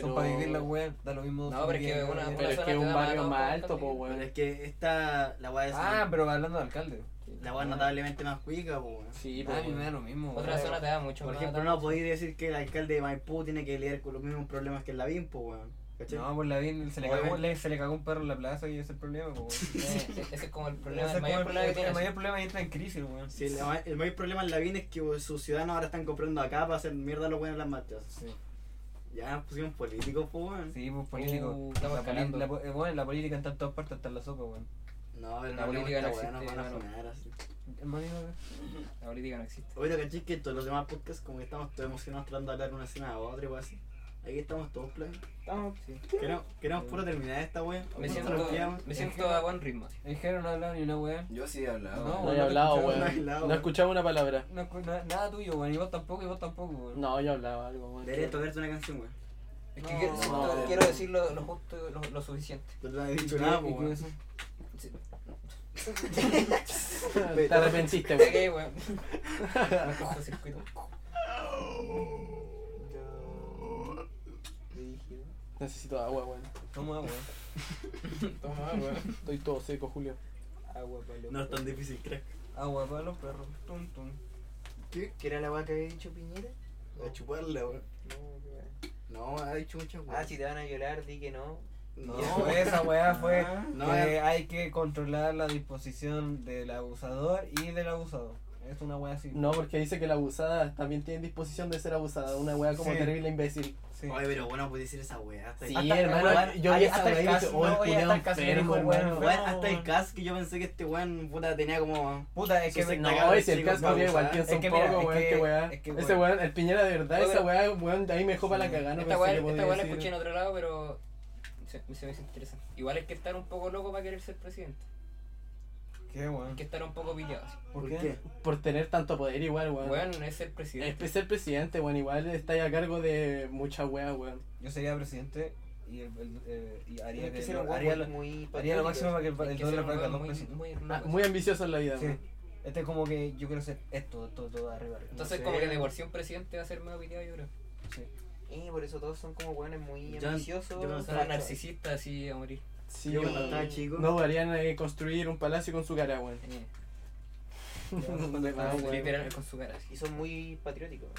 Speaker 5: Pero,
Speaker 1: para vivir las weas. Da lo mismo.
Speaker 4: No,
Speaker 1: si
Speaker 4: pero es
Speaker 1: viven
Speaker 4: que
Speaker 1: en
Speaker 4: una-
Speaker 5: pero
Speaker 1: realidad.
Speaker 5: es
Speaker 4: zona
Speaker 5: que es
Speaker 4: te
Speaker 5: un
Speaker 4: da más
Speaker 5: barrio
Speaker 4: todo
Speaker 5: más
Speaker 4: el
Speaker 5: alto, po,
Speaker 4: contenido.
Speaker 5: weón.
Speaker 3: Pero es que esta, la weá de
Speaker 1: Ah, pero hablando de alcalde.
Speaker 3: la weá es notablemente más cuica, po, weón.
Speaker 5: Sí,
Speaker 1: Ah, a mí me da
Speaker 5: pues.
Speaker 1: lo mismo,
Speaker 4: Otra
Speaker 1: weón.
Speaker 4: zona te da mucho
Speaker 3: Por
Speaker 4: más
Speaker 3: ejemplo,
Speaker 4: datos.
Speaker 3: no podéis decir que el alcalde de Maipú tiene que lidiar con los mismos problemas que el Lavín, po, weón. ¿Cachai?
Speaker 1: No, pues la bien, se le,
Speaker 3: Oye,
Speaker 1: cagó,
Speaker 3: ven.
Speaker 1: le- se le cagó un perro en la plaza y ese es el problema, pues, weón.
Speaker 4: Eh, Ese es como el
Speaker 1: Ese
Speaker 4: problema,
Speaker 1: es
Speaker 4: el mayor
Speaker 1: como
Speaker 4: problema que
Speaker 1: el- el
Speaker 4: tiene.
Speaker 1: mayor problema es que entra en crisis, weón.
Speaker 3: Sí, la ma- el mayor problema del Lavín es que sus ciudadanos ahora están comprando acá para hacer mierda a los weones en las marchas.
Speaker 1: Sí.
Speaker 3: Ya pusieron políticos, po, weón.
Speaker 1: Sí, pues político.
Speaker 4: Uh,
Speaker 1: la,
Speaker 4: estamos
Speaker 1: poli-
Speaker 4: escalando.
Speaker 1: la po- eh, bueno, la política está en todas partes, hasta en la sopa, weón.
Speaker 3: No, pero no
Speaker 4: La política
Speaker 3: política esta
Speaker 4: no
Speaker 3: weá, nos
Speaker 4: existe,
Speaker 3: van a
Speaker 4: hermano.
Speaker 3: funar así.
Speaker 1: El marido de-
Speaker 4: La política no existe.
Speaker 3: Oye, caché que todos los demás podcasts, como que estamos todos emocionados tratando de hablar una escena a otra y weá así. Aquí estamos todos plan.
Speaker 1: Estamos, sí.
Speaker 3: Queremos, queremos puro terminar esta wea.
Speaker 4: Me
Speaker 3: Nos
Speaker 4: siento,
Speaker 3: rompíamos.
Speaker 4: me siento a buen ritmo. así.
Speaker 1: El género "Eh, no ha hablado ni una weá.
Speaker 2: Yo sí he hablado.
Speaker 1: No,
Speaker 5: No,
Speaker 1: weón,
Speaker 5: he
Speaker 1: no te
Speaker 5: hablado,
Speaker 1: escuchaba.
Speaker 5: weón.
Speaker 3: No he hablado,
Speaker 5: No he
Speaker 3: weón.
Speaker 5: escuchado una palabra.
Speaker 1: No, escu- na- nada tuyo, weón. Y vos tampoco, y vos tampoco, weón.
Speaker 5: No, yo hablaba algo, weón.
Speaker 3: Debería tocarte una canción, wea.
Speaker 4: Es que
Speaker 6: No,
Speaker 4: quiero, siento-
Speaker 5: no.
Speaker 4: quiero decir lo, lo justo, lo, lo suficiente.
Speaker 3: No te lo he
Speaker 1: ¿Y
Speaker 3: dicho
Speaker 1: qué-
Speaker 3: nada,
Speaker 1: y qué
Speaker 3: weón.
Speaker 1: eso?
Speaker 4: Sí.
Speaker 5: Te arrepentiste, weón.
Speaker 4: Cagué, weón. Cortocircuito.
Speaker 6: Rígido.
Speaker 5: Necesito agua, weón.
Speaker 1: Toma, weón.
Speaker 5: Toma agua, weón. Estoy todo seco, Julio.
Speaker 6: Agua para los
Speaker 3: No es tan difícil, crack.
Speaker 1: Agua para los perros. Tum, tum.
Speaker 3: ¿Qué?
Speaker 6: ¿Qué era la weá que había dicho Piñera?
Speaker 3: A chuparla, wea.
Speaker 6: No, qué weá.
Speaker 3: No, ha dicho muchas weas.
Speaker 6: Ah, si te van a violar, di que no.
Speaker 3: No,
Speaker 1: No, pues, esa weá fue
Speaker 5: Ah,
Speaker 3: No,
Speaker 1: que
Speaker 3: eh.
Speaker 1: hay que controlar la disposición del abusador y del abusado. Es una weá así.
Speaker 5: No, porque dice que la abusada también tiene disposición de ser abusada. Una weá como
Speaker 1: Sí.
Speaker 5: terrible imbécil.
Speaker 1: Sí.
Speaker 3: Oye, pero bueno, puede decir esa wea. Hasta
Speaker 5: Sí,
Speaker 3: el-
Speaker 5: hermano.
Speaker 1: weón,
Speaker 5: yo vi
Speaker 1: ahí
Speaker 5: esa
Speaker 1: hasta el
Speaker 5: weá y dije,
Speaker 1: caso,
Speaker 5: oh, el
Speaker 1: no, oye,
Speaker 5: culiao
Speaker 1: hasta el caso me
Speaker 5: enfermo,
Speaker 1: dijo, weón,
Speaker 5: hermano.
Speaker 3: Weón, hasta el cas que yo pensé que este weón puta tenía como.
Speaker 1: Puta, es
Speaker 3: Sí,
Speaker 1: que
Speaker 3: sí,
Speaker 1: me-
Speaker 5: No,
Speaker 3: Te cago,
Speaker 5: y si el
Speaker 3: sí,
Speaker 5: caso
Speaker 3: weón,
Speaker 5: había igual
Speaker 3: es
Speaker 5: piensa un
Speaker 1: que mira,
Speaker 5: poco,
Speaker 1: es
Speaker 5: weón,
Speaker 1: que-
Speaker 5: qué weá.
Speaker 1: es que,
Speaker 5: Ese weón, el piñera de verdad,
Speaker 4: Oye,
Speaker 5: esa weá, weón, de ahí me dejó para la
Speaker 1: Sí.
Speaker 5: cagada, Ah, no
Speaker 4: Esta
Speaker 5: pensé
Speaker 4: weá
Speaker 5: que
Speaker 4: esta
Speaker 5: podía
Speaker 4: weá la
Speaker 5: decir.
Speaker 4: escuché en otro lado, pero se, se me hizo interesante. Igual hay que estar un poco loco para querer ser presidente.
Speaker 1: ¿Qué,
Speaker 4: Hay
Speaker 1: weón?
Speaker 4: que estar un poco pillado. así.
Speaker 1: ¿Por qué?
Speaker 5: Por tener tanto poder igual, weón.
Speaker 4: Weón, es ser
Speaker 5: Es
Speaker 4: presidente.
Speaker 5: es ser presidente, weón, igual estáis a cargo de mucha weá, weón.
Speaker 1: Yo sería presidente y, el, el- eh, y haría,
Speaker 6: Tienes
Speaker 1: que
Speaker 6: que ser
Speaker 1: lo-
Speaker 6: un weón
Speaker 1: haría, lo,
Speaker 6: muy
Speaker 1: haría lo
Speaker 6: patriótico.
Speaker 1: máximo para que el,
Speaker 4: Hay
Speaker 1: el
Speaker 4: que ser
Speaker 1: dólar
Speaker 4: un
Speaker 1: valga
Speaker 4: weón
Speaker 1: dos
Speaker 4: muy,
Speaker 1: pesos.
Speaker 4: muy
Speaker 5: Ah,
Speaker 4: loco,
Speaker 5: Muy
Speaker 4: así.
Speaker 5: ambicioso en la vida,
Speaker 1: Sí.
Speaker 5: weón.
Speaker 1: Este es como que yo quiero ser esto, esto, todo arriba. arriba.
Speaker 4: Entonces,
Speaker 1: No sé.
Speaker 4: como que de por sí un presidente va a ser medio pillado, yo creo.
Speaker 1: Sí.
Speaker 6: Eh, por eso todos son como weones muy
Speaker 3: Yo-
Speaker 6: ambiciosos.
Speaker 3: yo no sé.
Speaker 4: Son narcisistas así a morir.
Speaker 5: Sí,
Speaker 3: Yo
Speaker 5: weón.
Speaker 3: cuando estaba chico.
Speaker 5: No podrían eh, construir un palacio con su cara, weón.
Speaker 4: Eh,
Speaker 5: Ah, weón.
Speaker 4: literal, con su cara así.
Speaker 6: Y son muy patrióticos.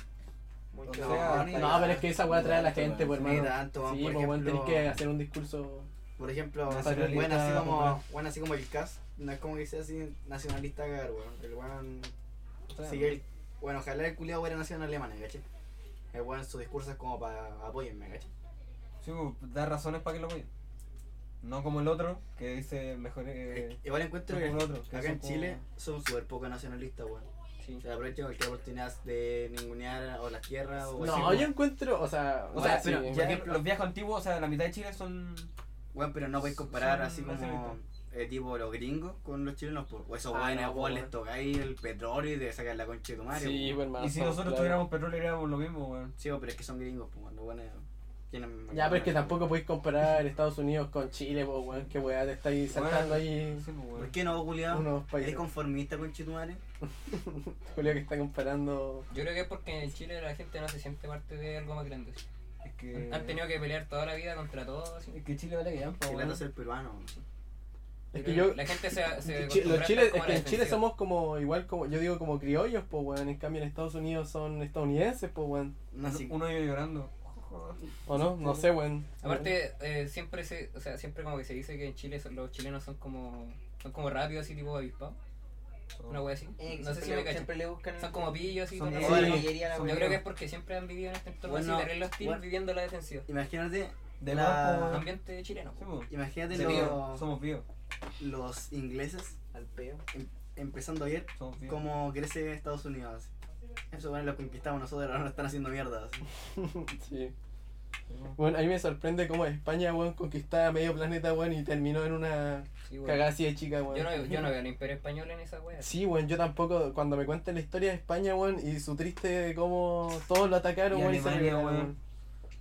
Speaker 6: Muy
Speaker 1: O
Speaker 6: chorros.
Speaker 1: sea,
Speaker 5: No, pero es que esa weá trae a la gente, pues,
Speaker 3: No hay
Speaker 5: hermano.
Speaker 3: tanto, weón,
Speaker 5: Sí,
Speaker 3: por
Speaker 5: pues, weón, tenés
Speaker 3: ejemplo-
Speaker 5: que hacer un discurso.
Speaker 3: Por ejemplo,
Speaker 1: Nacionalista
Speaker 3: bueno, así
Speaker 1: popular.
Speaker 3: como, bueno, así como el CAS, no es como que sea así nacionalista cagar, weón. El weón
Speaker 1: O sea,
Speaker 3: sigue el. Bueno, ojalá el culiado hubiera nacido en Alemania, caché. El weón su discurso es como para apoyenme, caché.
Speaker 1: Sí, pues, da razones para que lo apoyen. No como el otro, que dice mejor. eh,
Speaker 3: Igual encuentro
Speaker 1: son
Speaker 3: que
Speaker 1: como otros, que
Speaker 3: acá
Speaker 1: son
Speaker 3: en Chile
Speaker 1: como-
Speaker 3: son súper poco nacionalistas, weón.
Speaker 4: Sí.
Speaker 3: Se aprovechan cualquier oportunidad de ningunear o las
Speaker 1: Ah,
Speaker 3: tierras o así,
Speaker 5: No,
Speaker 3: weón.
Speaker 5: yo encuentro, o sea,
Speaker 1: O sea,
Speaker 5: weón, sí,
Speaker 1: pero
Speaker 5: weón.
Speaker 1: ya
Speaker 3: ejemplo-
Speaker 1: los viejos antiguos, o sea, la mitad de Chile son.
Speaker 3: Weón, pero no podéis
Speaker 1: Son
Speaker 3: comparar así como
Speaker 1: nacionalistas.
Speaker 3: eh, tipo los gringos con los chilenos, po. o esos
Speaker 5: Ah,
Speaker 3: weones,
Speaker 5: no,
Speaker 3: vos les
Speaker 5: weón.
Speaker 3: tocáis el petróleo y te sacan la concha de tu madre.
Speaker 5: Sí,
Speaker 3: weón.
Speaker 5: pues, hermano.
Speaker 1: y si
Speaker 5: somos
Speaker 1: nosotros
Speaker 5: claros.
Speaker 1: tuviéramos petróleo, haríamos lo mismo, weón.
Speaker 3: Sí, pero es que son gringos, pues, cuando bueno, tienen...
Speaker 5: Ya, pero es que tampoco podéis comparar Estados Unidos con Chile, pues, weón. Que weá, te estáis saltando ahí
Speaker 1: Sí, pues,
Speaker 3: ¿Por
Speaker 1: weón.
Speaker 3: qué no, Julián?
Speaker 5: unos
Speaker 3: ¿Eres
Speaker 5: países.
Speaker 3: conformista con Chitumare?
Speaker 5: Julio que está comparando.
Speaker 4: Yo creo que es porque en Chile la gente no se siente parte de algo más grande. así.
Speaker 1: Es
Speaker 5: Eh.
Speaker 1: que.
Speaker 4: Han tenido que pelear toda la vida contra todo. así.
Speaker 1: Es que Chile vale que
Speaker 3: Que
Speaker 1: weón.
Speaker 3: el ser peruano.
Speaker 5: Es que yo.
Speaker 4: La gente se. se acostumbra
Speaker 5: Chi-
Speaker 4: a
Speaker 5: Los
Speaker 4: estar
Speaker 5: chiles,
Speaker 4: como a
Speaker 5: es que
Speaker 4: la
Speaker 5: en Chile
Speaker 4: defensiva.
Speaker 5: somos como igual como, yo digo como criollos, pues weón, en cambio en Estados Unidos son estadounidenses, pues weón,
Speaker 3: No, sí.
Speaker 1: Uno iba llorando.
Speaker 5: o no, no sé weón.
Speaker 4: Aparte, eh, siempre se, o sea, siempre como que se dice que en Chile son- los chilenos son como son como rápidos así tipo avispados, una wea así.
Speaker 6: Eh,
Speaker 4: No sé
Speaker 6: siempre
Speaker 4: si
Speaker 6: le-
Speaker 4: me cachan.
Speaker 6: Siempre le buscan.
Speaker 4: Son como pillos así.
Speaker 1: Son
Speaker 4: todo el
Speaker 6: Eh,
Speaker 4: rato.
Speaker 5: Sí.
Speaker 6: artillería, la
Speaker 1: Son-
Speaker 6: weá.
Speaker 4: Yo creo que es porque siempre han vivido en este entorno
Speaker 3: Bueno,
Speaker 4: así terrible hostil
Speaker 3: bueno.
Speaker 4: viviendo la defensiva.
Speaker 3: Imagínate,
Speaker 1: De pues,
Speaker 3: La-
Speaker 1: la.
Speaker 4: Ambiente chileno.
Speaker 1: Sí, pues.
Speaker 3: imagínate
Speaker 1: Sí,
Speaker 3: los,
Speaker 1: Somos vivos.
Speaker 3: los ingleses,
Speaker 6: Al peo.
Speaker 3: empezando ayer,
Speaker 1: Somos vivos.
Speaker 3: cómo crece Estados Unidos. Eso bueno, lo conquistamos nosotros, ahora nos están haciendo mierda. así.
Speaker 5: Sí. Bueno, a mí me sorprende cómo España, weón, conquistaba medio planeta, weón, y terminó en una
Speaker 4: Sí, bueno.
Speaker 5: cagada así de chica, weón.
Speaker 4: Yo no, yo no veo el imperio español en esa wea.
Speaker 5: Sí, weón, yo tampoco, cuando me cuentan la historia de España, weón, y su triste de cómo todos lo atacaron,
Speaker 1: Y
Speaker 5: weón, y se
Speaker 1: Alemania,
Speaker 5: rebelaron,
Speaker 1: weón.
Speaker 5: weón.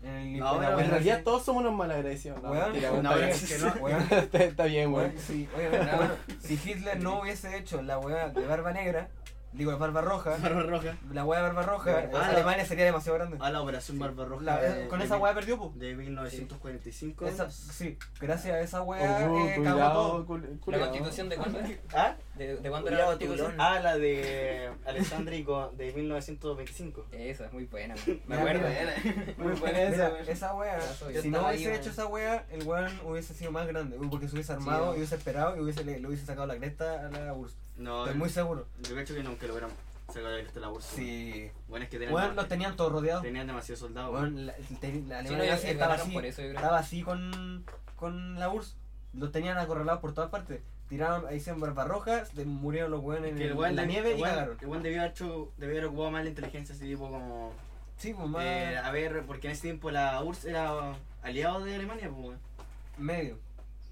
Speaker 1: En el Imperio
Speaker 3: No, pero
Speaker 5: En
Speaker 1: Alemán,
Speaker 5: realidad
Speaker 1: sí.
Speaker 5: todos somos unos malagradecidos, no,
Speaker 1: Weón.
Speaker 5: mentira,
Speaker 1: No,
Speaker 5: weón,
Speaker 3: No,
Speaker 5: está
Speaker 3: pero
Speaker 5: bien.
Speaker 3: es que no.
Speaker 1: Weón.
Speaker 5: Está- está bien, weón.
Speaker 1: Bueno, sí, oye, verdad, bueno, si Hitler no hubiese hecho la weá de barba negra, digo de barba roja,
Speaker 3: Barba Roja.
Speaker 1: la weá de barba roja,
Speaker 3: Ah, la-
Speaker 1: Alemania sería demasiado grande.
Speaker 3: Ah, la Operación Barba Roja. eh,
Speaker 1: La- eh,
Speaker 3: de-
Speaker 1: con
Speaker 3: de
Speaker 1: esa
Speaker 3: mil-
Speaker 1: weá perdió, po.
Speaker 3: De 1945.
Speaker 1: Esa- sí, gracias a esa weá
Speaker 5: Oh,
Speaker 1: eh, cagó
Speaker 5: cuidado,
Speaker 1: todo.
Speaker 5: cul-
Speaker 4: La
Speaker 5: culiao.
Speaker 4: constitución de cuándo era?
Speaker 3: ¿Ah?
Speaker 4: de, de cuándo era la
Speaker 6: Cuidado,
Speaker 4: constitución.
Speaker 6: tiburón.
Speaker 3: Ah, la de Alessandri con- de 1925.
Speaker 4: Esa es muy buena. weón. Me
Speaker 1: Ya,
Speaker 4: acuerdo.
Speaker 1: mira.
Speaker 6: Muy buena
Speaker 1: Mira,
Speaker 6: esa, weón.
Speaker 1: esa weá,
Speaker 4: Yo
Speaker 1: si no
Speaker 6: estaba ahí,
Speaker 1: hubiese
Speaker 6: weón.
Speaker 1: hecho esa weá, el weón hubiese sido más grande, uh, porque se hubiese
Speaker 4: Sí,
Speaker 1: armado,
Speaker 4: weón.
Speaker 1: y hubiese esperado y hubiese, le, le hubiese sacado la cresta a la URSS.
Speaker 3: No,
Speaker 1: Estoy muy seguro.
Speaker 3: yo cacho que nunca logramos sacar de la bolsa.
Speaker 1: Sí.
Speaker 3: Bueno, es que tenían,
Speaker 1: Weón, los tenían todos rodeados.
Speaker 3: tenían demasiados soldados. weón.
Speaker 1: Weón, la, el- te- la
Speaker 4: Sí,
Speaker 1: Alemania
Speaker 4: no, ellos
Speaker 1: nazi estaba
Speaker 4: ganaron
Speaker 1: así, Ah,
Speaker 4: por eso, yo creo.
Speaker 1: estaba así con, con la URSS. Los tenían acorralados por todas partes. tiraron, ahí hicieron barbarrojas, de- murieron los weones
Speaker 3: Es
Speaker 1: en
Speaker 3: que el
Speaker 1: el-
Speaker 3: weón
Speaker 1: en la
Speaker 3: debi-
Speaker 1: nieve
Speaker 3: el
Speaker 1: y
Speaker 3: weón-
Speaker 1: cagaron.
Speaker 3: El weón debió haber, hecho- debió haber ocupado más la inteligencia así tipo como...
Speaker 1: Sí, pues más
Speaker 3: eh, a ver, porque en ese tiempo la URSS era aliado de Alemania, pues weón.
Speaker 1: medio.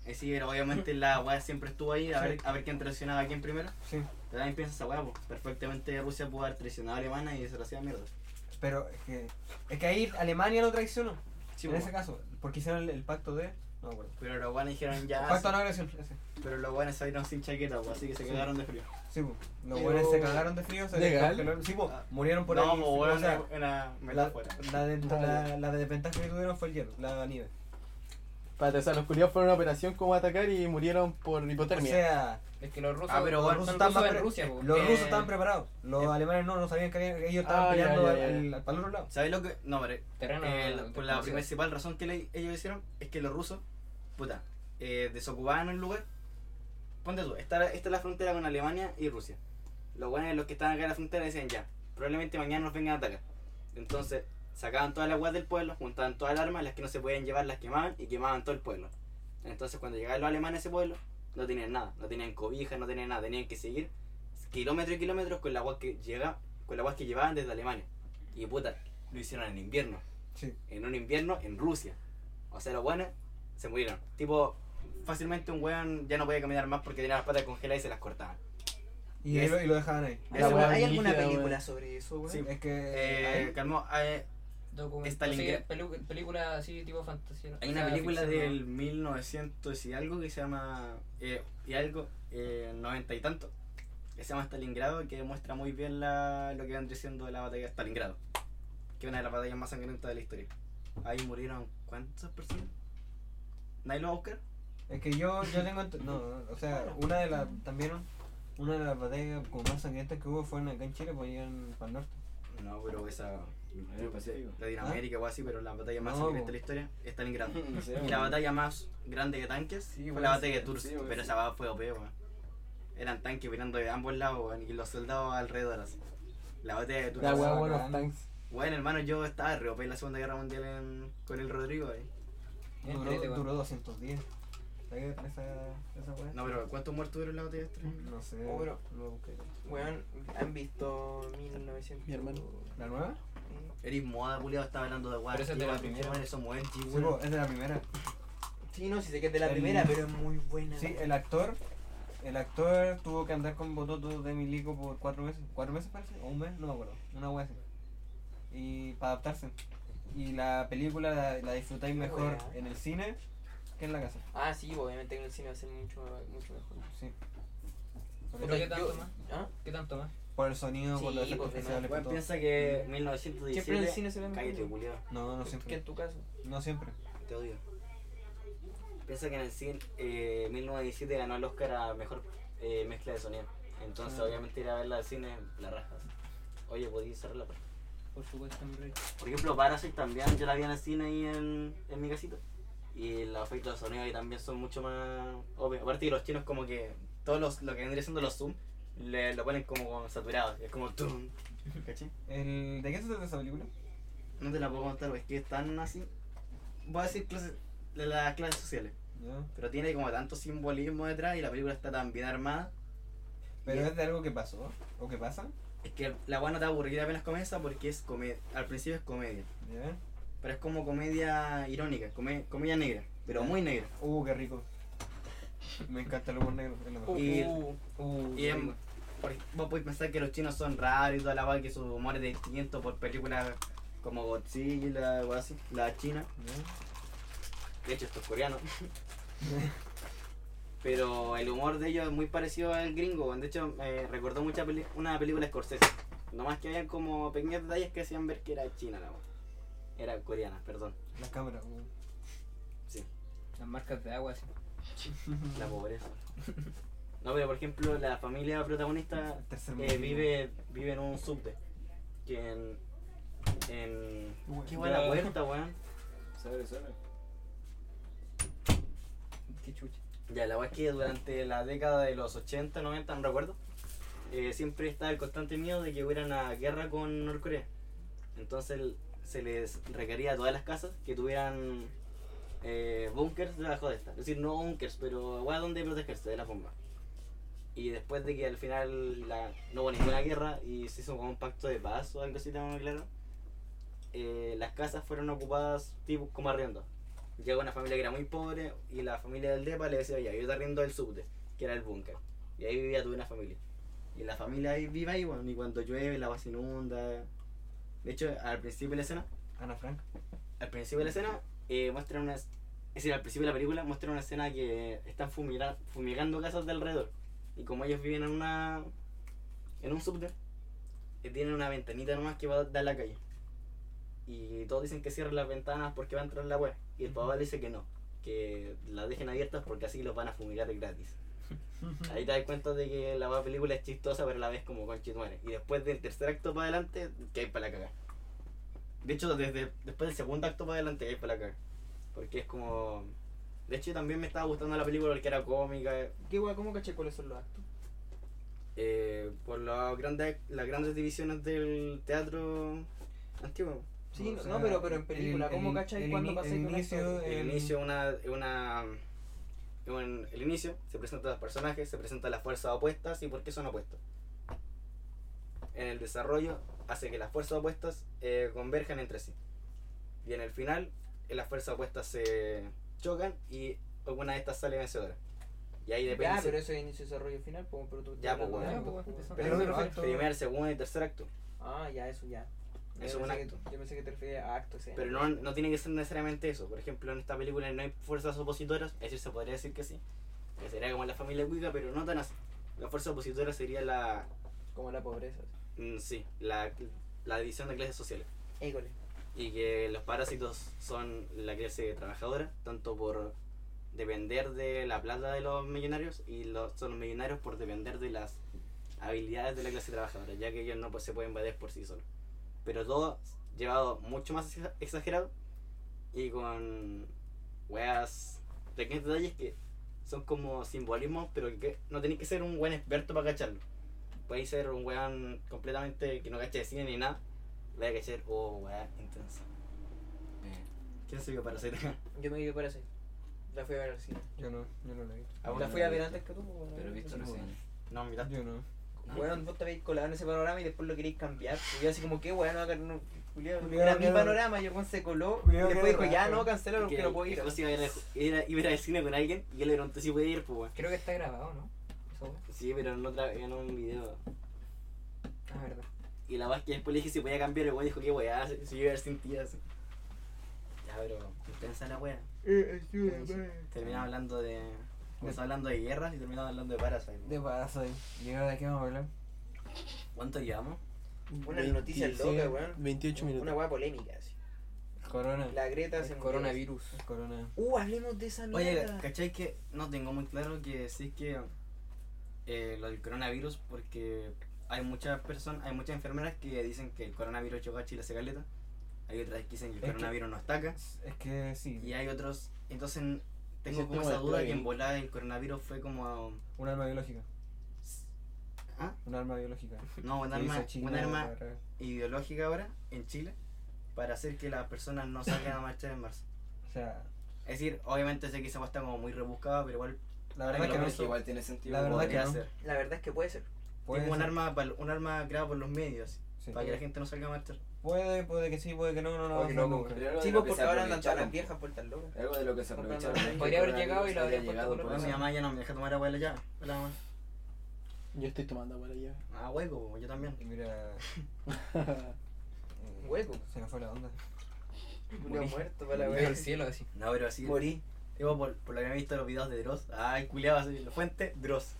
Speaker 3: Eh, sí, pero obviamente la weá siempre estuvo ahí, a ver, a ver quién traicionaba a quién primero.
Speaker 1: Sí.
Speaker 3: Pero también piensa esa weá, pues perfectamente Rusia pudo haber traicionado a Alemania y se la hacía mierda.
Speaker 1: Pero es que, es que ahí Alemania lo traicionó.
Speaker 3: Sí,
Speaker 1: en
Speaker 3: pues,
Speaker 1: ese caso, porque hicieron el, el pacto de. No me acuerdo.
Speaker 3: Pero los weones dijeron ya.
Speaker 1: pacto
Speaker 3: Ah, sí,
Speaker 1: de no agresión, ese.
Speaker 3: Pero los weones salieron sin chaqueta, pues, así que se
Speaker 1: Sí.
Speaker 3: quedaron de frío.
Speaker 1: Sí, pues. Los
Speaker 6: Pero-
Speaker 1: weones se cagaron de frío, se
Speaker 5: ¿Legal?
Speaker 1: descongelaron. Sí, pues, murieron por
Speaker 3: no,
Speaker 1: ahí.
Speaker 3: pues
Speaker 1: sí,
Speaker 3: weón,
Speaker 1: o sea,
Speaker 3: era una
Speaker 1: la,
Speaker 3: metáfora.
Speaker 1: la, de-
Speaker 5: Vale.
Speaker 1: la- la desventaja que tuvieron fue el hielo, la nieve.
Speaker 5: Espérate, o sea, los culiados fueron a una operación como a atacar y murieron por
Speaker 1: O
Speaker 5: hipotermia.
Speaker 1: sea,
Speaker 4: Es que los rusos,
Speaker 1: Ah, pero
Speaker 4: los
Speaker 1: los rusos
Speaker 4: rusos están
Speaker 1: estaban más
Speaker 4: rusos en
Speaker 1: pre-
Speaker 4: Rusia, po.
Speaker 1: los
Speaker 3: eh,
Speaker 1: rusos estaban preparados. Los alemanes no, no sabían que habían- que ellos estaban
Speaker 5: eh, Ah, ya,
Speaker 1: peleando
Speaker 5: ya,
Speaker 1: al-
Speaker 5: ya.
Speaker 1: al- al- para el otro lado.
Speaker 3: ¿Sabes lo que.? No, pero
Speaker 4: terreno.
Speaker 3: Eh, la-
Speaker 4: de-
Speaker 3: pues la
Speaker 4: de-
Speaker 3: principal razón que le- ellos hicieron es que los rusos, puta, eh, desocupaban el lugar. Ponte tú, esta, esta es la frontera con Alemania y Rusia. Los buenos los que estaban acá en la frontera decían ya, probablemente mañana nos vengan a atacar. Entonces, sacaban todas las aguas del pueblo, juntaban todas las armas, las que no se podían llevar las quemaban y quemaban todo el pueblo. Entonces, cuando llegaban los alemanes a ese pueblo, no tenían nada, no tenían cobijas, no tenían nada, tenían que seguir kilómetros y kilómetros con la agua que, llega, con la agua que llevaban desde Alemania. Y puta, lo hicieron en invierno
Speaker 1: Sí.
Speaker 3: en un invierno en Rusia. O sea, los buenos se murieron. Tipo, fácilmente un weón ya no podía caminar más porque tenía las patas congeladas y se las cortaban.
Speaker 1: Y, ahí
Speaker 3: Yes.
Speaker 1: lo, y lo dejaban ahí.
Speaker 5: La
Speaker 6: ¿Hay,
Speaker 5: wea
Speaker 6: alguna- hay alguna
Speaker 5: brígida,
Speaker 6: película
Speaker 5: weón.
Speaker 6: sobre eso, weón?
Speaker 3: Sí.
Speaker 1: Es que.
Speaker 3: Eh, calmó, hay,
Speaker 4: document-
Speaker 3: Stalingrad.
Speaker 4: sí, pelu- película así tipo fantasía.
Speaker 3: hay una
Speaker 4: o sea,
Speaker 3: película
Speaker 4: ficción,
Speaker 3: del 1900 y algo que se llama. eh, y algo, eh, 90 y tanto. Que se llama Stalingrado, que muestra muy bien la, lo que vendría siendo la batalla de Stalingrado. Que es una de las batallas más sangrientas de la historia. Ahí murieron, ¿cuántas personas? ¿Nadie lo va a buscar?
Speaker 1: Es que yo, yo tengo. ent- No, no, o sea, una de las. También. Una de las batallas como más sangrientas que hubo fue en, acá en Chile, pues allá en para el norte.
Speaker 3: No, pero esa.
Speaker 2: En el Pacífico.
Speaker 3: Latinoamérica o así, pero la batalla más
Speaker 1: No, po.
Speaker 3: sangrienta de la historia es Stalingrado.
Speaker 2: No sé,
Speaker 3: Y la
Speaker 2: weón.
Speaker 3: batalla más grande de tanques fue
Speaker 2: weón,
Speaker 3: la batalla de
Speaker 2: sí,
Speaker 3: Tours,
Speaker 2: sí, weón,
Speaker 3: pero
Speaker 2: sí.
Speaker 3: esa batalla fue OP, weón. Eran tanques mirando de ambos lados, weón, y los soldados alrededor así. La batalla de Tours.
Speaker 5: La weá
Speaker 1: Bacán.
Speaker 5: War of Tanks.
Speaker 3: Bueno, hermano, yo estaba re OP en la Segunda Guerra Mundial en- con el Rodrigo, ahí.
Speaker 4: Bien,
Speaker 1: Eh, Duró,
Speaker 4: trete, weón.
Speaker 1: duró 210. ¿Sabes esa, esa weá?
Speaker 3: No, pero ¿cuántos muertos tuvieron en la batalla de Tours?
Speaker 1: No sé.
Speaker 6: Oh, bro.
Speaker 1: no lo busqué.
Speaker 6: Weón, ¿han visto 1900?
Speaker 5: Mi hermano.
Speaker 1: ¿La nueva?
Speaker 3: Eris Moda, culiado, estaba hablando de weón.
Speaker 4: Pero esa es de la primera.
Speaker 3: Eso
Speaker 1: Sí, pues, es de la primera.
Speaker 6: Sí, no, sí sé que es de la
Speaker 1: El-
Speaker 6: primera, pero es muy buena.
Speaker 1: Sí, eh.
Speaker 6: weón.
Speaker 1: el actor. El actor tuvo que andar con bototos de milico por cuatro meses. ¿Cuatro meses parece? ¿O un mes? No me acuerdo. Una wea así. Y para adaptarse. Y la película la, la disfrutáis
Speaker 6: Qué
Speaker 1: mejor
Speaker 6: wea.
Speaker 1: en el cine que en la casa.
Speaker 6: Ah, sí, obviamente en el cine va a ser mucho, mucho mejor.
Speaker 1: Sí. Por
Speaker 4: Pero
Speaker 1: el,
Speaker 4: qué tanto más,
Speaker 6: ¿Ah?
Speaker 4: qué tanto más.
Speaker 1: por el sonido, por
Speaker 6: Sí,
Speaker 1: los efectos
Speaker 6: pues, de
Speaker 1: especiales, por
Speaker 3: Weón,
Speaker 1: todo.
Speaker 3: piensa que
Speaker 6: Siempre en el
Speaker 3: 1917.
Speaker 6: cine se ve
Speaker 3: Cállate,
Speaker 6: mejor.
Speaker 3: culiado.
Speaker 1: No, no
Speaker 6: Que en
Speaker 1: siempre.
Speaker 6: tu caso.
Speaker 1: No siempre.
Speaker 3: Te odio. Piensa que en el cine, eh, 1917 ganó el Oscar a mejor eh, mezcla de sonido. Entonces,
Speaker 1: Ah.
Speaker 3: obviamente, ir a verla al cine, la rajas. Oye, podías cerrar la puerta.
Speaker 4: Por supuesto, mi rey.
Speaker 3: Por ejemplo, Parasite también, yo la vi en el cine ahí en, en mi casita. Y los efectos de sonido ahí también son mucho más obvios. Aparte que los chinos como que, todos los, lo que vendría siendo los zoom, le, lo ponen como saturado. Es como tum. ¿Caché?
Speaker 1: El, ¿De qué se trata esa película?
Speaker 3: No te la puedo contar, es que están así. Voy a decir clases, de las clases sociales.
Speaker 1: Ya.
Speaker 3: pero tiene como tanto simbolismo detrás y la película está tan bien armada.
Speaker 1: Pero
Speaker 3: Ya.
Speaker 1: es de algo que pasó. ¿O que pasa?
Speaker 3: Es que la guana te va a aburrir apenas comienza porque es comedia. Al principio es comedia,
Speaker 1: ¿Ya?
Speaker 3: pero es como comedia irónica, come- comedia negra, pero muy negra.
Speaker 1: Uh, qué rico. Me encanta el humor negro. es lo mejor.
Speaker 3: Y-
Speaker 6: Uh,
Speaker 1: Uh,
Speaker 3: Y es- por- vos podés pensar que los chinos son raros y toda la vaga, que su humor es distinto por películas como Godzilla o así, la china. De hecho, esto es coreano. Pero el humor de ellos es muy parecido al gringo. weón. De hecho, eh, recordó mucha peli- una película escocesa. Nomás que había como pequeños detalles que hacían ver que era china la weá. Era coreana, perdón.
Speaker 1: La cámara, uh.
Speaker 4: Las marcas de agua, así.
Speaker 3: La pobreza. No, pero por ejemplo, la familia protagonista
Speaker 1: Tercer
Speaker 3: eh,
Speaker 1: mundismo.
Speaker 3: vive, vive en un subte. Que en. en ¿Qué
Speaker 4: Ya.
Speaker 3: buena puerta, weón?
Speaker 2: Sobre, sobre.
Speaker 4: Qué chucha.
Speaker 3: Ya, la verdad es que durante la década de los 80, 90, no recuerdo, eh, siempre estaba el constante miedo de que hubiera una guerra con Norcorea. Entonces el- se les requería a todas las casas que tuvieran eh, bunkers debajo de esta. Es decir, no bunkers, pero agua donde protegerse de la bomba. Y después de que al final la- no hubo ninguna guerra y se hizo como un pacto de paz o algo así, tengo claro, eh, las casas fueron ocupadas tipo como arriendo. Llegó una familia que era muy pobre y la familia del DEPA le decía, ya, yo te arriendo el subte, que era el búnker. Y ahí vivía toda una familia. Y la familia ahí vive ahí, bueno, y cuando llueve la agua se inunda. De hecho, al principio de la escena,
Speaker 1: Ana Frank.
Speaker 3: al principio de la escena eh, muestran una es decir al principio de la película muestran una escena que están fumiga- fumigando casas de alrededor y como ellos viven en una en un subte eh, tienen una ventanita nomás que va a dar la calle y todos dicen que cierren las ventanas porque va a entrar la web y el papá dice que no que las dejen abiertas porque así los van a fumigar gratis ahí te das cuenta de que la wea película es chistosa pero a la vez como conchetumare y después del tercer acto para adelante que hay para la cagar de hecho, desde después del segundo acto para adelante hay para acá. Porque es como. De hecho, también me estaba gustando la película porque era cómica.
Speaker 6: ¿Qué weón? ¿Cómo caché cuáles son los actos?
Speaker 3: eh, por las grandes, las grandes divisiones del teatro antiguo.
Speaker 6: Sí,
Speaker 1: O
Speaker 6: no,
Speaker 1: sea,
Speaker 6: no, pero, pero en película,
Speaker 1: el-
Speaker 6: ¿cómo
Speaker 1: el-
Speaker 6: cachai
Speaker 1: el
Speaker 6: cuándo
Speaker 1: ini-
Speaker 6: pasé
Speaker 1: el
Speaker 6: con
Speaker 1: inicio
Speaker 6: esto?
Speaker 1: es-
Speaker 3: El
Speaker 1: El-
Speaker 3: inicio una, una un- el inicio se presentan los personajes, se presentan las fuerzas opuestas y por qué son opuestas. En el desarrollo hace que las fuerzas opuestas eh, converjan entre sí. Y en el final eh, las fuerzas opuestas se chocan y alguna de estas sale vencedora. Y ahí depende.
Speaker 6: Ya,
Speaker 3: si-
Speaker 6: pero eso es inicio, desarrollo final, po, pero tú
Speaker 3: Ya,
Speaker 6: estás
Speaker 3: po,
Speaker 6: hablando
Speaker 4: weón.
Speaker 6: de algo, po,
Speaker 4: Ya, po,
Speaker 6: weón.
Speaker 4: weón.
Speaker 1: Pero
Speaker 4: perfecto.
Speaker 3: primer, segundo y tercer acto.
Speaker 6: Ah, ya, eso ya. Yo
Speaker 3: Eso es un
Speaker 6: pensé
Speaker 3: acto.
Speaker 6: que- Yo pensé que te referías a actos, ¿eh?
Speaker 3: Pero no, no tiene que ser necesariamente eso. Por ejemplo, en esta película no hay fuerzas opositoras, es decir, se podría decir que sí. Que sería como la familia Wicca, pero no tan así. La fuerza opositora sería la.
Speaker 6: Como la pobreza. así.
Speaker 3: mm, sí, la, la división de clases sociales.
Speaker 6: École.
Speaker 3: Y que los parásitos son la clase trabajadora, tanto por depender de la plata de los millonarios y los, son los millonarios por depender de las habilidades de la clase trabajadora, ya que ellos no pues, se pueden valer por sí solos. Pero todo llevado mucho más exa- exagerado y con weas, pequeños detalles que son como simbolismos, pero que no tenéis que ser un buen experto para cacharlo. Podéis ser un weón completamente que no cache de cine ni nada. Voy a cachar, oh weá, intensa. ¿Quién se vio para hacer?
Speaker 6: Yo me iba para ese. La fui a ver al cine.
Speaker 1: Yo no, yo no lo vi.
Speaker 6: La fui a ver antes que tú, po, weón.
Speaker 4: Pero he visto recién.
Speaker 3: No, mira.
Speaker 1: Yo no.
Speaker 6: Weón, vos te habéis colado en ese panorama y después lo queréis cambiar. po. Yo así como, ¿qué weón? No, acá no, Julián,
Speaker 1: Julián,
Speaker 6: era mi
Speaker 1: Julián.
Speaker 6: panorama y el weón se coló. Y
Speaker 1: Julián,
Speaker 6: después
Speaker 1: Julián,
Speaker 6: dijo, ya,
Speaker 1: Julián.
Speaker 6: no, cancélalo porque no puedo ir.
Speaker 3: Yo sí iba a ir, a- ir a- iba a ir al cine con alguien y yo le pregunté si podía ir, pues weón.
Speaker 4: Creo que está grabado, ¿no? Eso, weón.
Speaker 3: Sí, pero no tra- en un video.
Speaker 4: Ah, verdad.
Speaker 3: Y la weá es que después le dije si podía cambiar, el weón dijo que weá, si si yo iba a ir sin ti, así. Ya, pero intensa la weá. Terminaba hablando de. Empezó hablando de guerras y terminaba hablando de Parasite. weón.
Speaker 1: De paso, ¿y ahora de qué vamos a hablar?
Speaker 3: ¿Cuánto llevamos?
Speaker 6: Una noticia loca, weón.
Speaker 5: 28
Speaker 6: Una
Speaker 5: minutos.
Speaker 6: weá polémica, así.
Speaker 1: Corona.
Speaker 6: La Greta se
Speaker 4: El
Speaker 6: murió.
Speaker 4: coronavirus.
Speaker 1: El Corona.
Speaker 6: Uh, hablemos de esa
Speaker 3: Oye,
Speaker 6: mierda.
Speaker 3: ¿cachai que no tengo muy claro que sí es que eh, lo del coronavirus? Porque hay muchas personas, hay muchas enfermeras que dicen que el coronavirus llegó a Chile hace caleta. Hay otras que dicen que el
Speaker 1: Es que-
Speaker 3: coronavirus no está acá.
Speaker 1: Es que sí,
Speaker 3: Y hay otros. Entonces, tengo
Speaker 5: Ese
Speaker 3: como
Speaker 5: tema
Speaker 3: esa
Speaker 5: del
Speaker 3: duda que
Speaker 5: plugin.
Speaker 3: en volada el coronavirus fue como.
Speaker 1: un arma biológica.
Speaker 3: ¿Ah?
Speaker 1: Un arma biológica.
Speaker 3: No, un
Speaker 1: Que hizo
Speaker 3: arma,
Speaker 1: China
Speaker 3: un arma
Speaker 1: para-
Speaker 3: ideológica ahora en Chile para hacer que las personas no salgan a marchar en marzo.
Speaker 1: O sea,
Speaker 3: Es decir, obviamente sé que esa hueá está como muy rebuscada, pero igual
Speaker 1: la verdad es que no
Speaker 2: es que
Speaker 1: sé.
Speaker 2: igual tiene sentido.
Speaker 1: La verdad que
Speaker 3: podría
Speaker 1: no.
Speaker 3: ser.
Speaker 6: La verdad es que puede ser.
Speaker 1: Puede
Speaker 3: Tipo un
Speaker 1: ser-
Speaker 3: arma, pal- un arma creada por los medios,
Speaker 1: sí.
Speaker 3: para que la gente no salga a marchar.
Speaker 1: Puede, puede que sí, puede que no, no, no.
Speaker 4: Puede que
Speaker 1: no,
Speaker 4: no,
Speaker 1: nunca.
Speaker 2: Pero algo de lo
Speaker 6: Chicos,
Speaker 2: que
Speaker 6: pues,
Speaker 2: pues,
Speaker 6: porque
Speaker 2: se
Speaker 6: ahora andan todas
Speaker 2: aprovecharon,
Speaker 6: las viejas puertas locas.
Speaker 2: Algo de lo que se aprovecharon.
Speaker 6: Comprando-
Speaker 2: es que
Speaker 4: Podría haber
Speaker 2: el
Speaker 4: llegado y lo
Speaker 2: coronavirus
Speaker 4: habrían
Speaker 2: haya llegado
Speaker 4: puesto
Speaker 2: por
Speaker 3: Bueno,
Speaker 4: color.
Speaker 2: eso.
Speaker 3: mi mamá ya no me deja tomar agua de la llave. Hola, mamá.
Speaker 5: Yo estoy tomando para allá.
Speaker 3: Ah, hueco, po, yo también.
Speaker 1: Mira. eh,
Speaker 6: Hueco.
Speaker 1: Se me fue la onda.
Speaker 6: Julio muerto para la
Speaker 4: Veo
Speaker 6: wea.
Speaker 4: el cielo así.
Speaker 3: No, pero así.
Speaker 6: Morí.
Speaker 3: Digo, por, por lo que he visto los videos de Dross. Ay, culiado, así, la fuente, Dross.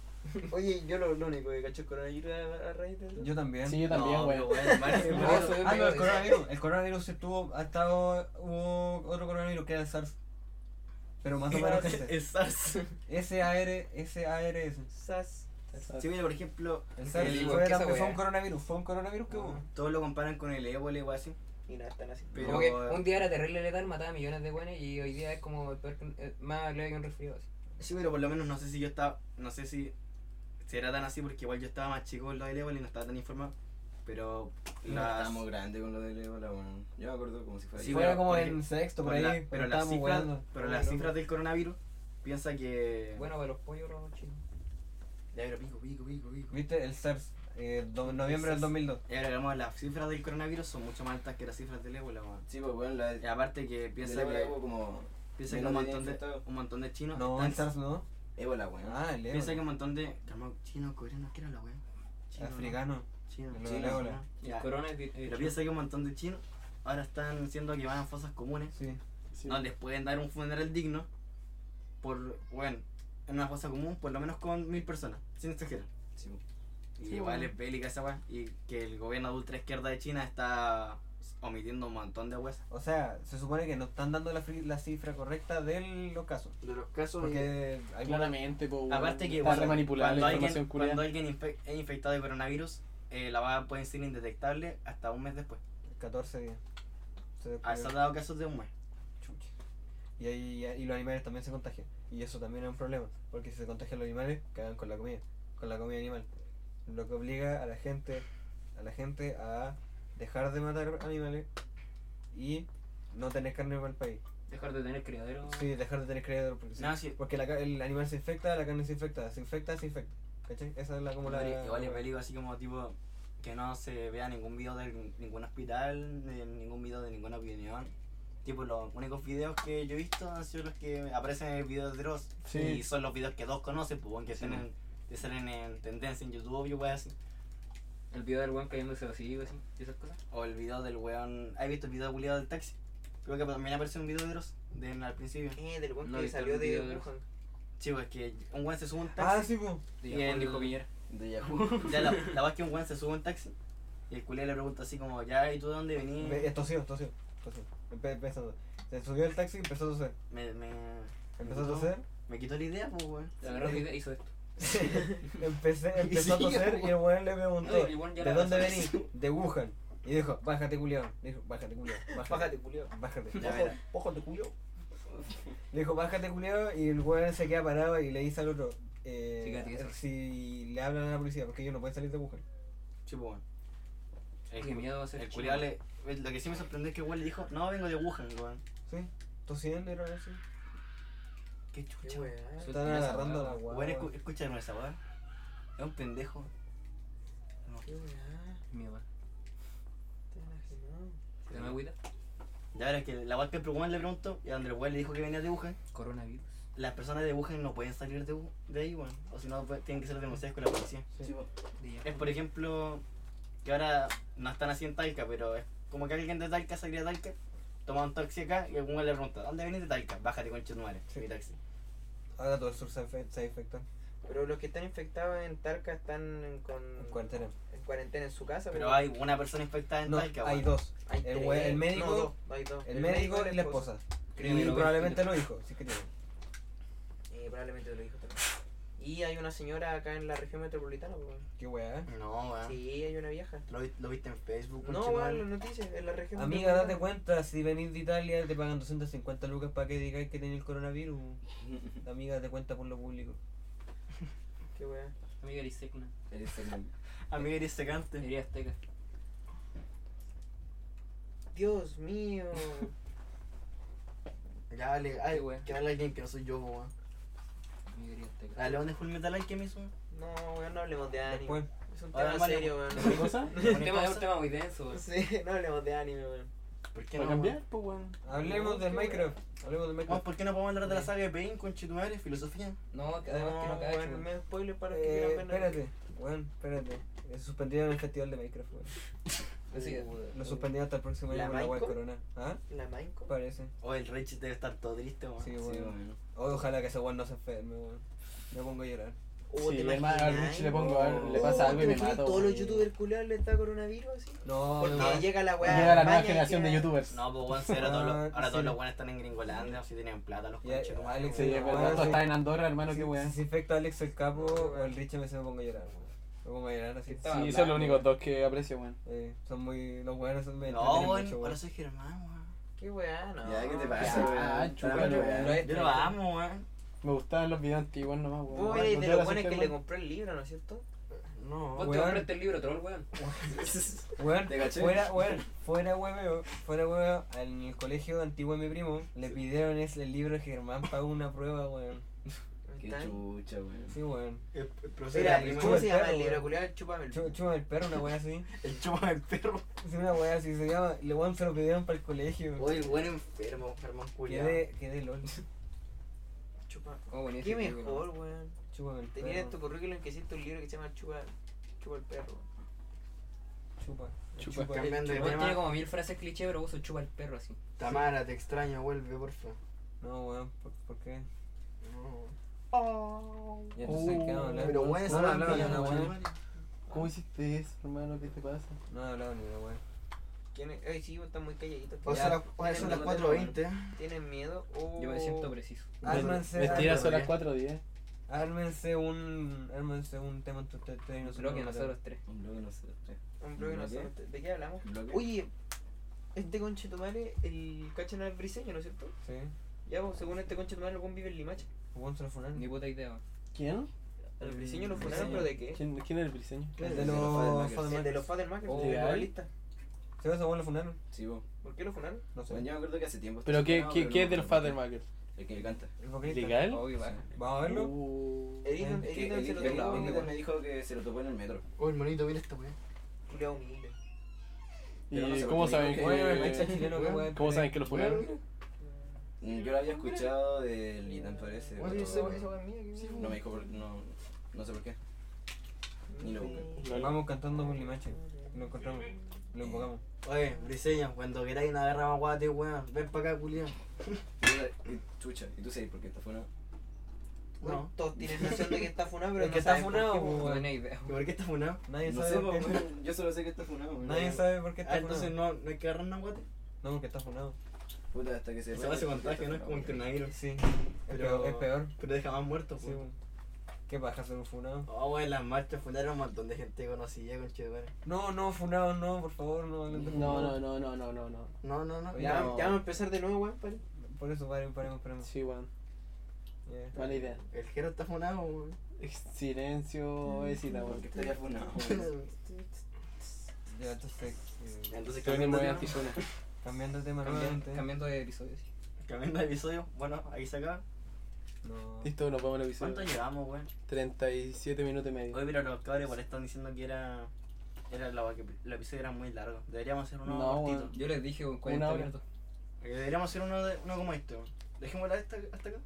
Speaker 6: Oye, yo lo, lo único que cacho el coronavirus a, a raíz de eso.
Speaker 1: Yo también.
Speaker 5: Sí, yo también,
Speaker 3: no, pero
Speaker 5: weón.
Speaker 3: bueno, Mario,
Speaker 4: No,
Speaker 3: Mario,
Speaker 4: eso es
Speaker 1: Ah, no,
Speaker 4: medio
Speaker 1: el
Speaker 4: de-
Speaker 1: coronavirus. El coronavirus estuvo, ha estado, hubo otro coronavirus que era el SARS. Pero más o menos gente.
Speaker 3: el SARS.
Speaker 1: S-A-R, S-A-R-S.
Speaker 6: Sas.
Speaker 3: Sí, mira, por ejemplo,
Speaker 1: El SARS
Speaker 3: El-
Speaker 1: fue,
Speaker 4: ¿qué
Speaker 1: la-
Speaker 4: esa
Speaker 1: fue
Speaker 4: weá?
Speaker 1: un coronavirus, fue un coronavirus que hubo.
Speaker 3: todos lo comparan con el ébola y weá así.
Speaker 6: Y no están así.
Speaker 3: Pero-
Speaker 4: Como que un día era terrible letal, mataba millones de guanes y hoy día es como el peor que- eh, más leve que un resfriado. así.
Speaker 3: Sí, pero por lo menos no sé si yo estaba. No sé si. Si era tan así, porque igual yo estaba más chico en lo del ébola y no estaba tan informado. Pero.
Speaker 2: No,
Speaker 3: las-
Speaker 2: estábamos grandes con lo del ébola, weón. Yo me acuerdo como si fuera
Speaker 3: Sí,
Speaker 2: ayer.
Speaker 1: fue
Speaker 3: pero,
Speaker 1: como
Speaker 3: por
Speaker 1: en
Speaker 3: ejemplo,
Speaker 1: sexto, por
Speaker 3: Por la-
Speaker 1: ahí.
Speaker 3: pero las
Speaker 1: estábamos
Speaker 3: cifras,
Speaker 1: weando.
Speaker 3: pero las cifras del coronavirus piensa que
Speaker 4: Bueno, para los pollos los chinos.
Speaker 3: Ya, pero pico, pico, pico, pico.
Speaker 1: ¿Viste? El SARS, eh, do- noviembre del 2002.
Speaker 3: Y ahora, digamos, las cifras del coronavirus son mucho más altas que las cifras del ébola, weón.
Speaker 2: Sí, pues bueno, la
Speaker 3: Y aparte que
Speaker 2: piensa
Speaker 3: piensa
Speaker 2: ébola
Speaker 3: que,
Speaker 2: hubo como.
Speaker 3: piensa que
Speaker 2: menos
Speaker 3: un,
Speaker 2: de
Speaker 3: montón de,
Speaker 2: infectados.
Speaker 3: un montón de chinos.
Speaker 1: No,
Speaker 3: están-
Speaker 1: el SARS no.
Speaker 2: Ébola, weón.
Speaker 1: Ah, el
Speaker 3: Piensa que
Speaker 1: ébola.
Speaker 3: un montón de. calma, Chino, coreano, ¿qué era la weá? Chino, ¿no?
Speaker 1: Africano.
Speaker 3: Chino,
Speaker 1: El
Speaker 3: chino,
Speaker 1: ébola.
Speaker 3: ¿no?
Speaker 4: El
Speaker 3: Ya.
Speaker 4: corona es di- eh,
Speaker 3: Pero piensa que un montón de chinos ahora están siendo que van a fosas comunes.
Speaker 1: Sí.
Speaker 5: Sí.
Speaker 3: No les pueden dar un funeral digno. Por, bueno, en una fosa común, por lo menos con mil personas, sin exagerar.
Speaker 2: Sí.
Speaker 3: Y
Speaker 1: Sí,
Speaker 3: igual
Speaker 1: bueno.
Speaker 3: es bélica esa weá. Y que el gobierno de ultra izquierda de China está omitiendo un montón de weas.
Speaker 1: O sea, se supone que no están dando la, fri- la cifra correcta de los casos.
Speaker 5: De los casos.
Speaker 1: Porque hay
Speaker 5: claramente, po, weón,
Speaker 3: Aparte que
Speaker 5: Uh, está
Speaker 3: bueno,
Speaker 5: re manipulada
Speaker 3: cuando
Speaker 5: la
Speaker 3: alguien,
Speaker 5: información culiada.
Speaker 3: cuando alguien infe- es infectado de coronavirus, eh, la va puede ser indetectable hasta un mes después.
Speaker 1: 14 días. Se
Speaker 3: Ah,
Speaker 1: descubrió.
Speaker 3: Se han dado casos de un mes.
Speaker 1: Chucha. Y, ahí- y los animales también se contagian. Y eso también es un problema. Porque si se contagian los animales, cagan con la comida. Con la comida animal. Lo que obliga a la gente a, la gente a dejar de matar animales y no tener carne para el país.
Speaker 4: Dejar de tener criadero.
Speaker 1: Sí, dejar de tener criadero. Porque, sí.
Speaker 3: No, sí.
Speaker 1: Porque la ca- el animal se infecta, la carne se infecta, se infecta, se infecta. ¿Cachai? Esa es la como la.
Speaker 3: Igual- igual es peligro así como tipo que no se vea ningún video de ningún- ningún hospital, de ningún video de ninguna opinión. Tipo, los únicos videos que yo he visto han sido los que aparecen en el video de Dross.
Speaker 5: Sí.
Speaker 3: Y son los videos que dos conocen, pues, weón, que,
Speaker 2: Sí.
Speaker 3: salen, que salen en tendencia en YouTube, obvio, weón, así.
Speaker 4: El video del weón cayéndose vacío, así, y esas cosas.
Speaker 3: O el video del weón. ¿Has visto el video culiado del taxi? Creo que también apareció un video de Dross de, al principio.
Speaker 6: Eh, del buen
Speaker 4: No,
Speaker 6: que
Speaker 4: y
Speaker 6: salió de
Speaker 4: salió de-
Speaker 6: Wuhan.
Speaker 3: Chicos, que un weón se sube a un taxi.
Speaker 1: Ah, sí, po.
Speaker 4: De
Speaker 3: Y
Speaker 4: Japón,
Speaker 3: el-
Speaker 4: dijo Piñera.
Speaker 2: De Yahoo.
Speaker 3: Ya la, la verdad es que un weón se sube a un taxi y el culiado le pregunta así como, ya, ¿y tú de dónde venís?
Speaker 1: Ve- Tosió, tosió. tosió. Empe- empezó a toser. Se subió al taxi y empezó a toser.
Speaker 3: Me, me,
Speaker 1: Empezó a
Speaker 3: No.
Speaker 1: toser.
Speaker 3: me quitó la idea, pues, weón.
Speaker 4: Le agarró el video e hizo esto.
Speaker 1: Empecé, empezó a
Speaker 3: Sí,
Speaker 1: toser y el weón le preguntó,
Speaker 4: No, el weón ya
Speaker 1: ¿de
Speaker 4: la
Speaker 1: dónde
Speaker 4: abrazó.
Speaker 1: venís? De Wuhan. Y dijo, bájate culiao. Le dijo, bájate culiao. Bájate.
Speaker 6: Bájate, culiao.
Speaker 1: Bájate.
Speaker 3: Ya verá.
Speaker 6: Ojo tu culo.
Speaker 1: Le dijo, bájate culiao y el weón se queda parado y le dice al otro, eh,
Speaker 4: Sí, cállate, eso.
Speaker 1: si le hablan a la policía, porque ellos no pueden salir de Wuhan.
Speaker 3: Sí, pues, weón. El,
Speaker 4: Qué miedo va a ser
Speaker 3: el
Speaker 4: chino.
Speaker 3: culiao le. Lo que sí me sorprendió es que el weón le dijo, no, vengo de Wuhan, weón.
Speaker 1: ¿Sí? Tosiendo era así.
Speaker 3: Qué chucha,
Speaker 6: Qué
Speaker 3: weón.
Speaker 6: weá.
Speaker 4: Suelta
Speaker 1: Están
Speaker 4: esa
Speaker 1: agarrando a la
Speaker 4: weá.
Speaker 1: guagua.
Speaker 3: Weón, escu- escúchame esa weón. Es un pendejo. No.
Speaker 6: Qué weá.
Speaker 4: Mi mamá.
Speaker 6: Te han ajenado.
Speaker 4: ¿Te me agüita?
Speaker 3: Ya verás que la weón que el weón le preguntó, y donde el weón le dijo que venía de Wuhan,
Speaker 4: Coronavirus.
Speaker 3: las personas de Wuhan no pueden salir de, Wu- de ahí, weón. O si no, pues, tienen que ser denunciadas con la policía.
Speaker 2: Sí, pues.
Speaker 4: De
Speaker 3: Es
Speaker 4: Japón.
Speaker 3: por ejemplo, que ahora no están así en Talca, pero es como que alguien de Talca salió de Talca, toma un taxi acá y algún güey le pregunta, ¿dónde vienes de Talca? Bájate con madre,
Speaker 1: Sí.
Speaker 3: mi taxi.
Speaker 1: Ahora todo el sur se, infe- se infectó
Speaker 6: Pero los que están infectados en Tarca están en- con.
Speaker 1: en cuarentena.
Speaker 6: en cuarentena en su casa.
Speaker 3: Pero hay una persona infectada en
Speaker 1: No,
Speaker 3: Talca,
Speaker 1: hay
Speaker 3: weón.
Speaker 1: dos.
Speaker 6: hay
Speaker 1: el
Speaker 6: tres.
Speaker 1: we- el médico-
Speaker 6: No, dos, no hay dos.
Speaker 1: El, médico y la esposa.
Speaker 4: Creo que
Speaker 1: Y
Speaker 4: lo
Speaker 1: probablemente
Speaker 4: ves,
Speaker 1: los hijos, sí que tienen.
Speaker 6: Eh, probablemente te lo dijo también. Y hay una señora acá en la región metropolitana, pues, weón.
Speaker 1: Qué weá, ¿eh?
Speaker 3: No, weón.
Speaker 6: Sí, hay una vieja.
Speaker 3: Lo, vi- lo viste en Facebook,
Speaker 6: No,
Speaker 3: conchetumare.
Speaker 6: weón, las noticias, en la región
Speaker 1: Amiga, date
Speaker 6: metropolitana.
Speaker 1: cuenta, si venís de Italia te pagan 250 lucas para que digáis que tenés el coronavirus. Amiga, date cuenta por lo público.
Speaker 6: Qué weá.
Speaker 4: Amiga Erisecna.
Speaker 2: Eres el-
Speaker 3: Amigo, eres secante.
Speaker 4: Ería Azteca.
Speaker 6: Dios mío.
Speaker 3: Ya, dale, ay,
Speaker 4: Sí, weón.
Speaker 3: que hable alguien que no soy yo, weón.
Speaker 4: Amiga Ería Azteca.
Speaker 3: Dale, ¿dónde fue el metal que me hizo?
Speaker 6: No, weón, no hablemos de anime.
Speaker 1: Después, pues,
Speaker 6: Es un
Speaker 3: Ahora
Speaker 6: tema
Speaker 3: vale,
Speaker 6: serio, weón.
Speaker 5: ¿Otra cosa?
Speaker 4: Un tema, es un tema muy denso. weón.
Speaker 6: Sí, no hablemos de anime, weón.
Speaker 3: ¿Por qué
Speaker 5: ¿Para
Speaker 3: no?
Speaker 5: cambiar?
Speaker 3: weón?
Speaker 5: Pues, weón.
Speaker 1: hablemos del Minecraft. Hablemos del
Speaker 3: Weón,
Speaker 5: Oh,
Speaker 1: Minecraft.
Speaker 3: ¿por qué no podemos hablar de la saga de Pain, conchetumare, filosofía?
Speaker 4: No, que además que no cae.
Speaker 6: weón, me spoiler para los que
Speaker 1: Eh,
Speaker 6: quieran ver.
Speaker 1: espérate, weón, espérate. Eh, Suspendieron el festival de Minecraft, weón.
Speaker 5: Eh,
Speaker 1: Lo suspendieron hasta el próximo
Speaker 6: ¿La
Speaker 1: año por la guay
Speaker 6: Minecon?
Speaker 1: corona. ¿Ah?
Speaker 6: ¿La Minecraft?
Speaker 1: Parece.
Speaker 3: O Oh, el Rage debe estar todo triste,
Speaker 5: Ah,
Speaker 3: weón.
Speaker 1: Sí,
Speaker 2: Sí,
Speaker 1: weón.
Speaker 2: weón.
Speaker 1: Oh, Ojalá que ese weón no se enferme, weón. Me pongo a llorar.
Speaker 5: Sí,
Speaker 6: Oh, ¿te
Speaker 5: le ma-
Speaker 6: imaginas?
Speaker 5: al Rich le pongo, a ver, le pasa algo y me
Speaker 6: ¿te imaginas
Speaker 5: mato,
Speaker 6: Todos
Speaker 5: weón.
Speaker 6: los youtubers culiados le está coronavirus así.
Speaker 1: No,
Speaker 6: Porque
Speaker 1: no.
Speaker 6: llega la weá.
Speaker 5: Llega la nueva
Speaker 6: España y
Speaker 5: generación de
Speaker 6: queda-
Speaker 5: youtubers.
Speaker 3: No, pues weón, si ahora todos
Speaker 1: Ah,
Speaker 3: los, ahora todos
Speaker 1: sí.
Speaker 3: los weones están en Gringolandia, o si tienen plata los
Speaker 1: Ya,
Speaker 3: conchetumares.
Speaker 1: Alex,
Speaker 5: Sí, es verdad,
Speaker 1: pues, sí.
Speaker 5: todo está en Andorra, hermano,
Speaker 1: Si-
Speaker 5: qué weón.
Speaker 1: Si se infecta Alex el Capo o el Richie me se me pongo a llorar, weón. Me pongo a llorar así.
Speaker 4: Está-
Speaker 5: Sí, esos son los únicos dos que aprecio, weón.
Speaker 1: Eh, son muy. Los weones son me
Speaker 3: No,
Speaker 1: entretienen
Speaker 3: weón,
Speaker 1: mucho,
Speaker 3: ahora
Speaker 1: weón.
Speaker 3: soy Germán, weón.
Speaker 6: Qué weá, no.
Speaker 2: Ya, ¿qué te
Speaker 5: Ya,
Speaker 2: pasa, weón?
Speaker 5: chúpalo,
Speaker 2: Trámalo,
Speaker 5: weón.
Speaker 2: weón.
Speaker 3: Yo lo amo, weón.
Speaker 5: Me gustaban los videos antiguos nomás, weón. No,
Speaker 6: Vos eres
Speaker 5: no
Speaker 6: de
Speaker 5: te
Speaker 6: los
Speaker 5: vas a
Speaker 6: buenos que
Speaker 5: hacer,
Speaker 6: le
Speaker 5: weón.
Speaker 6: compró el libro, ¿no es cierto?
Speaker 3: No.
Speaker 4: Vos te
Speaker 1: Weón.
Speaker 4: compraste el libro, troll, weón.
Speaker 1: Weón,
Speaker 2: ¿Te caché?
Speaker 1: fuera, weón, fuera hueveo, fuera hueveo, en el colegio antiguo de mi primo, le pidieron ese el libro de Germán para una prueba, weón.
Speaker 6: Me
Speaker 3: Qué
Speaker 6: ¿Cachai?
Speaker 3: chucha, weón.
Speaker 1: Sí, weón.
Speaker 3: El, el proceso
Speaker 6: Era,
Speaker 3: de la
Speaker 6: ¿Cómo
Speaker 1: chupa
Speaker 3: primera-
Speaker 6: se
Speaker 1: el
Speaker 6: llama
Speaker 1: perro,
Speaker 6: el libro
Speaker 1: weón.
Speaker 6: culiado? Chúpame el
Speaker 1: Chu- Chúpame el perro, una weá así.
Speaker 3: el chupa del perro.
Speaker 1: Sí, una weá así se llama. Y le weón se lo pidieron para el colegio.
Speaker 3: Oye, buen enfermo, Germán culiado.
Speaker 1: Quedé, quedé lol.
Speaker 6: Chúpame.
Speaker 4: Oh, bueno,
Speaker 6: Qué
Speaker 4: ese creo que no.
Speaker 6: mejor, weón.
Speaker 1: Chúpame el perro.
Speaker 6: Tener en tu currículum que hiciste un libro que se llama Chupa, Chupa el perro.
Speaker 1: Chupa.
Speaker 5: Chupa.
Speaker 1: Chupa.
Speaker 3: Pues Cambiando de
Speaker 4: Igual
Speaker 3: tema.
Speaker 4: tiene como mil frases cliché, pero uso chupa el perro así.
Speaker 3: Tamara, te extraño, vuelve, porfa.
Speaker 1: No, weón, ¿por, por qué?
Speaker 6: No.
Speaker 5: Oh.
Speaker 1: Ya
Speaker 5: Uh.
Speaker 1: no sé qué hablar.
Speaker 3: Pero
Speaker 1: weón. no,
Speaker 3: bueno, esa
Speaker 1: no
Speaker 3: la
Speaker 1: hablaba ni
Speaker 3: mía,
Speaker 6: Ah,
Speaker 1: una
Speaker 3: weón.
Speaker 1: weá.
Speaker 5: ¿Cómo hiciste eso, hermano? ¿Qué te pasa?
Speaker 1: No he hablado ni una weá.
Speaker 6: ¿Quién es? Ay, sí, vos estás muy calladito.
Speaker 3: O sea, las- oye, son las 4.20.
Speaker 6: ¿Tienen miedo? Oh, o
Speaker 4: Yo me siento preciso.
Speaker 1: Ármense,
Speaker 5: Vestidas
Speaker 1: ármense,
Speaker 5: son las 4.10.
Speaker 1: ármense un. Ármense un tema entre ustedes tres y
Speaker 4: Yo
Speaker 1: nosotros
Speaker 4: Creo que
Speaker 1: nos
Speaker 4: nosotros tres.
Speaker 2: Un bloque nosotros tres.
Speaker 6: Un bloque no sé, ¿De qué hablamos?
Speaker 2: Un bloque.
Speaker 6: Oye, este conche tu madre, el cachan al briseño, ¿no es cierto?
Speaker 1: Sí.
Speaker 6: Ya, pues, según este conche tu madre, algún vive en Limache.
Speaker 1: Jugó se lo
Speaker 4: Ni
Speaker 1: funaron.
Speaker 4: puta idea. weón.
Speaker 5: ¿Quién?
Speaker 6: Al
Speaker 1: Mm,
Speaker 6: briseño lo
Speaker 1: Briseño.
Speaker 6: funaron, pero ¿de qué?
Speaker 5: ¿Quién, quién era el briseño?
Speaker 1: El de
Speaker 2: El de los
Speaker 1: los
Speaker 2: Fathermakers.
Speaker 6: El de los
Speaker 1: Fathermakers.
Speaker 6: Fathermakers,
Speaker 1: Oh,
Speaker 6: el
Speaker 5: ¿legal?
Speaker 6: vocalista.
Speaker 1: ¿Se ve ese weón lo funaron?
Speaker 2: Sí, vos.
Speaker 6: ¿Por qué lo funaron?
Speaker 1: No sé.
Speaker 2: Bueno, yo me acuerdo que hace tiempo.
Speaker 5: ¿Pero
Speaker 2: estaba
Speaker 5: qué,
Speaker 2: enamorado,
Speaker 5: qué,
Speaker 2: pero
Speaker 5: qué
Speaker 2: no
Speaker 5: es
Speaker 2: me
Speaker 5: del
Speaker 2: acuerdo.
Speaker 5: Fathermaker?
Speaker 2: El que canta.
Speaker 1: El vocalista.
Speaker 5: ¿Legal?
Speaker 4: Obvio, va.
Speaker 1: ¿Vamos a verlo?
Speaker 5: Uh,
Speaker 6: Editan,
Speaker 5: eh,
Speaker 2: El,
Speaker 6: editan, se lo
Speaker 2: el-
Speaker 6: tengo
Speaker 2: el- el- me
Speaker 6: humilde.
Speaker 2: dijo que se lo topó en el metro.
Speaker 3: Oh, el monito, mira esta weá.
Speaker 6: Culeado humilde.
Speaker 2: pero no
Speaker 5: ¿Y
Speaker 2: se
Speaker 5: cómo
Speaker 2: lo
Speaker 5: saben
Speaker 2: publicó.
Speaker 1: Bueno, el
Speaker 5: que,
Speaker 1: macho chileno que weón.
Speaker 5: eh, ¿cómo saben que lo fueron?
Speaker 2: Mm, Yo lo había escuchado del Itán Parece.
Speaker 3: Oye, ese- ese
Speaker 2: No me dijo por. No, no sé por qué. Ni lo busqué.
Speaker 1: Vamos cantando con Limache. Lo encontramos. Lo invocamos.
Speaker 3: Oye, briseño, cuando queráis una guerra más guate, weón, ven para acá, culiao.
Speaker 2: Y- y- Chucha, ¿y tú sabes por qué está funado?
Speaker 3: No.
Speaker 6: Todos tienen noción de que está funado, pero
Speaker 1: El
Speaker 6: no
Speaker 1: que está
Speaker 6: saben por qué, pues,
Speaker 1: funado,
Speaker 6: po.
Speaker 1: weón.
Speaker 4: No tenía idea.
Speaker 3: ¿Y por qué está funado?
Speaker 1: Nadie
Speaker 2: no
Speaker 1: sabe
Speaker 2: sé,
Speaker 1: por qué.
Speaker 2: weón, yo solo sé que está funado. weón.
Speaker 1: Nadie sabe por qué está
Speaker 3: Ah, entonces
Speaker 1: funado.
Speaker 3: no, no hay que agarrar una guate.
Speaker 1: No, porque está funado.
Speaker 2: Puta, hasta que se
Speaker 3: Se va a hacer
Speaker 2: por qué
Speaker 3: contagio,
Speaker 2: está
Speaker 3: ¿no? Es como el
Speaker 2: funado, weón.
Speaker 3: coronavirus.
Speaker 1: Sí. Es
Speaker 3: Pero-
Speaker 1: peor. Es peor.
Speaker 3: Pero deja más muertos,
Speaker 1: Sí,
Speaker 3: weón.
Speaker 1: weón. ¿Qué pasa ser un funado?
Speaker 3: Oh, weón, las marchas fundaron un montón de gente conocida, conchetumare.
Speaker 1: No, no, funado, no, por favor, no hablen de
Speaker 5: No, no,
Speaker 1: funado.
Speaker 5: no, no, no, no, no.
Speaker 3: No, no, no.
Speaker 6: Ya,
Speaker 5: No.
Speaker 6: ya vamos a empezar de nuevo, weón, pare.
Speaker 1: Por eso paren, paremos, paremos.
Speaker 5: Sí, weón.
Speaker 1: Ya.
Speaker 5: Mala idea.
Speaker 3: El Jero está funado, weón.
Speaker 5: Ex- Silencio, es y la
Speaker 2: Porque
Speaker 5: weón.
Speaker 2: estaría funado. weón.
Speaker 1: Ya, entonces, eh,
Speaker 3: Entonces,
Speaker 5: Te
Speaker 3: cambiando
Speaker 5: venimos de
Speaker 3: de,
Speaker 5: antisona.
Speaker 1: cambiando de tema, cambiando de
Speaker 4: Cambiando,
Speaker 1: tema.
Speaker 4: cambiando de episodio. sí.
Speaker 3: cambiando de episodio, bueno, ahí se acaba.
Speaker 1: No.
Speaker 5: Listo, nos vamos al
Speaker 3: ¿Cuánto
Speaker 5: episodio.
Speaker 3: llevamos, weón?
Speaker 5: 37 minutos y medio.
Speaker 3: Hoy, pero los cabros igual están diciendo que era. Era la que el episodio era muy largo. Deberíamos hacer uno
Speaker 5: No,
Speaker 3: cortito.
Speaker 5: weón.
Speaker 4: Yo les dije con 40
Speaker 5: hora.
Speaker 4: minutos.
Speaker 3: Eh, Deberíamos hacer uno, de, uno como este, weón. Dejémosla hasta, hasta acá.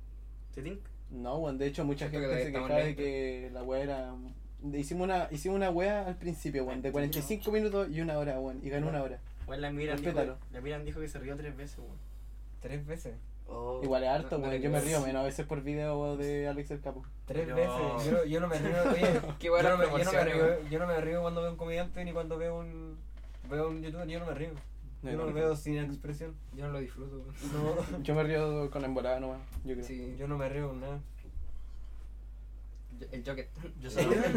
Speaker 3: ¿Te tinca?
Speaker 5: No, weón. De hecho, mucha
Speaker 4: Siento
Speaker 5: gente
Speaker 4: que
Speaker 5: se
Speaker 4: estamos
Speaker 5: quejaba de
Speaker 4: lentos.
Speaker 5: que la weá era. de- Hicimos una, hicimos una weá al principio, weón. De 45 minutos y una hora, weón. Y ganó una hora.
Speaker 3: Weón, la Miran dijo,
Speaker 5: Respétalo.
Speaker 3: la Miran dijo que se rió tres veces, weón.
Speaker 1: Tres veces.
Speaker 5: Igual es
Speaker 4: no-
Speaker 5: harto,
Speaker 4: no
Speaker 5: weón.
Speaker 4: te
Speaker 5: Yo me
Speaker 4: creo.
Speaker 5: río menos a veces por video de Alex el Capo.
Speaker 1: Tres
Speaker 3: Pero-
Speaker 1: veces. Yo, yo no me río. Oye,
Speaker 4: Qué
Speaker 1: yo,
Speaker 4: buena
Speaker 1: no me, yo, no me
Speaker 4: proporción, weón.
Speaker 1: río, yo no me río cuando veo un comediante ni cuando veo un. Veo un youtuber, yo no me río.
Speaker 5: No,
Speaker 1: yo
Speaker 5: no,
Speaker 1: no,
Speaker 5: no.
Speaker 1: veo sin expresión.
Speaker 4: Yo no lo disfruto. weón.
Speaker 1: No.
Speaker 5: Yo me río con la embolada nomás, yo creo.
Speaker 4: Sí,
Speaker 1: Yo no me río con nada.
Speaker 4: yo- el Jocket.
Speaker 3: Yo solo.
Speaker 1: Yo
Speaker 4: Este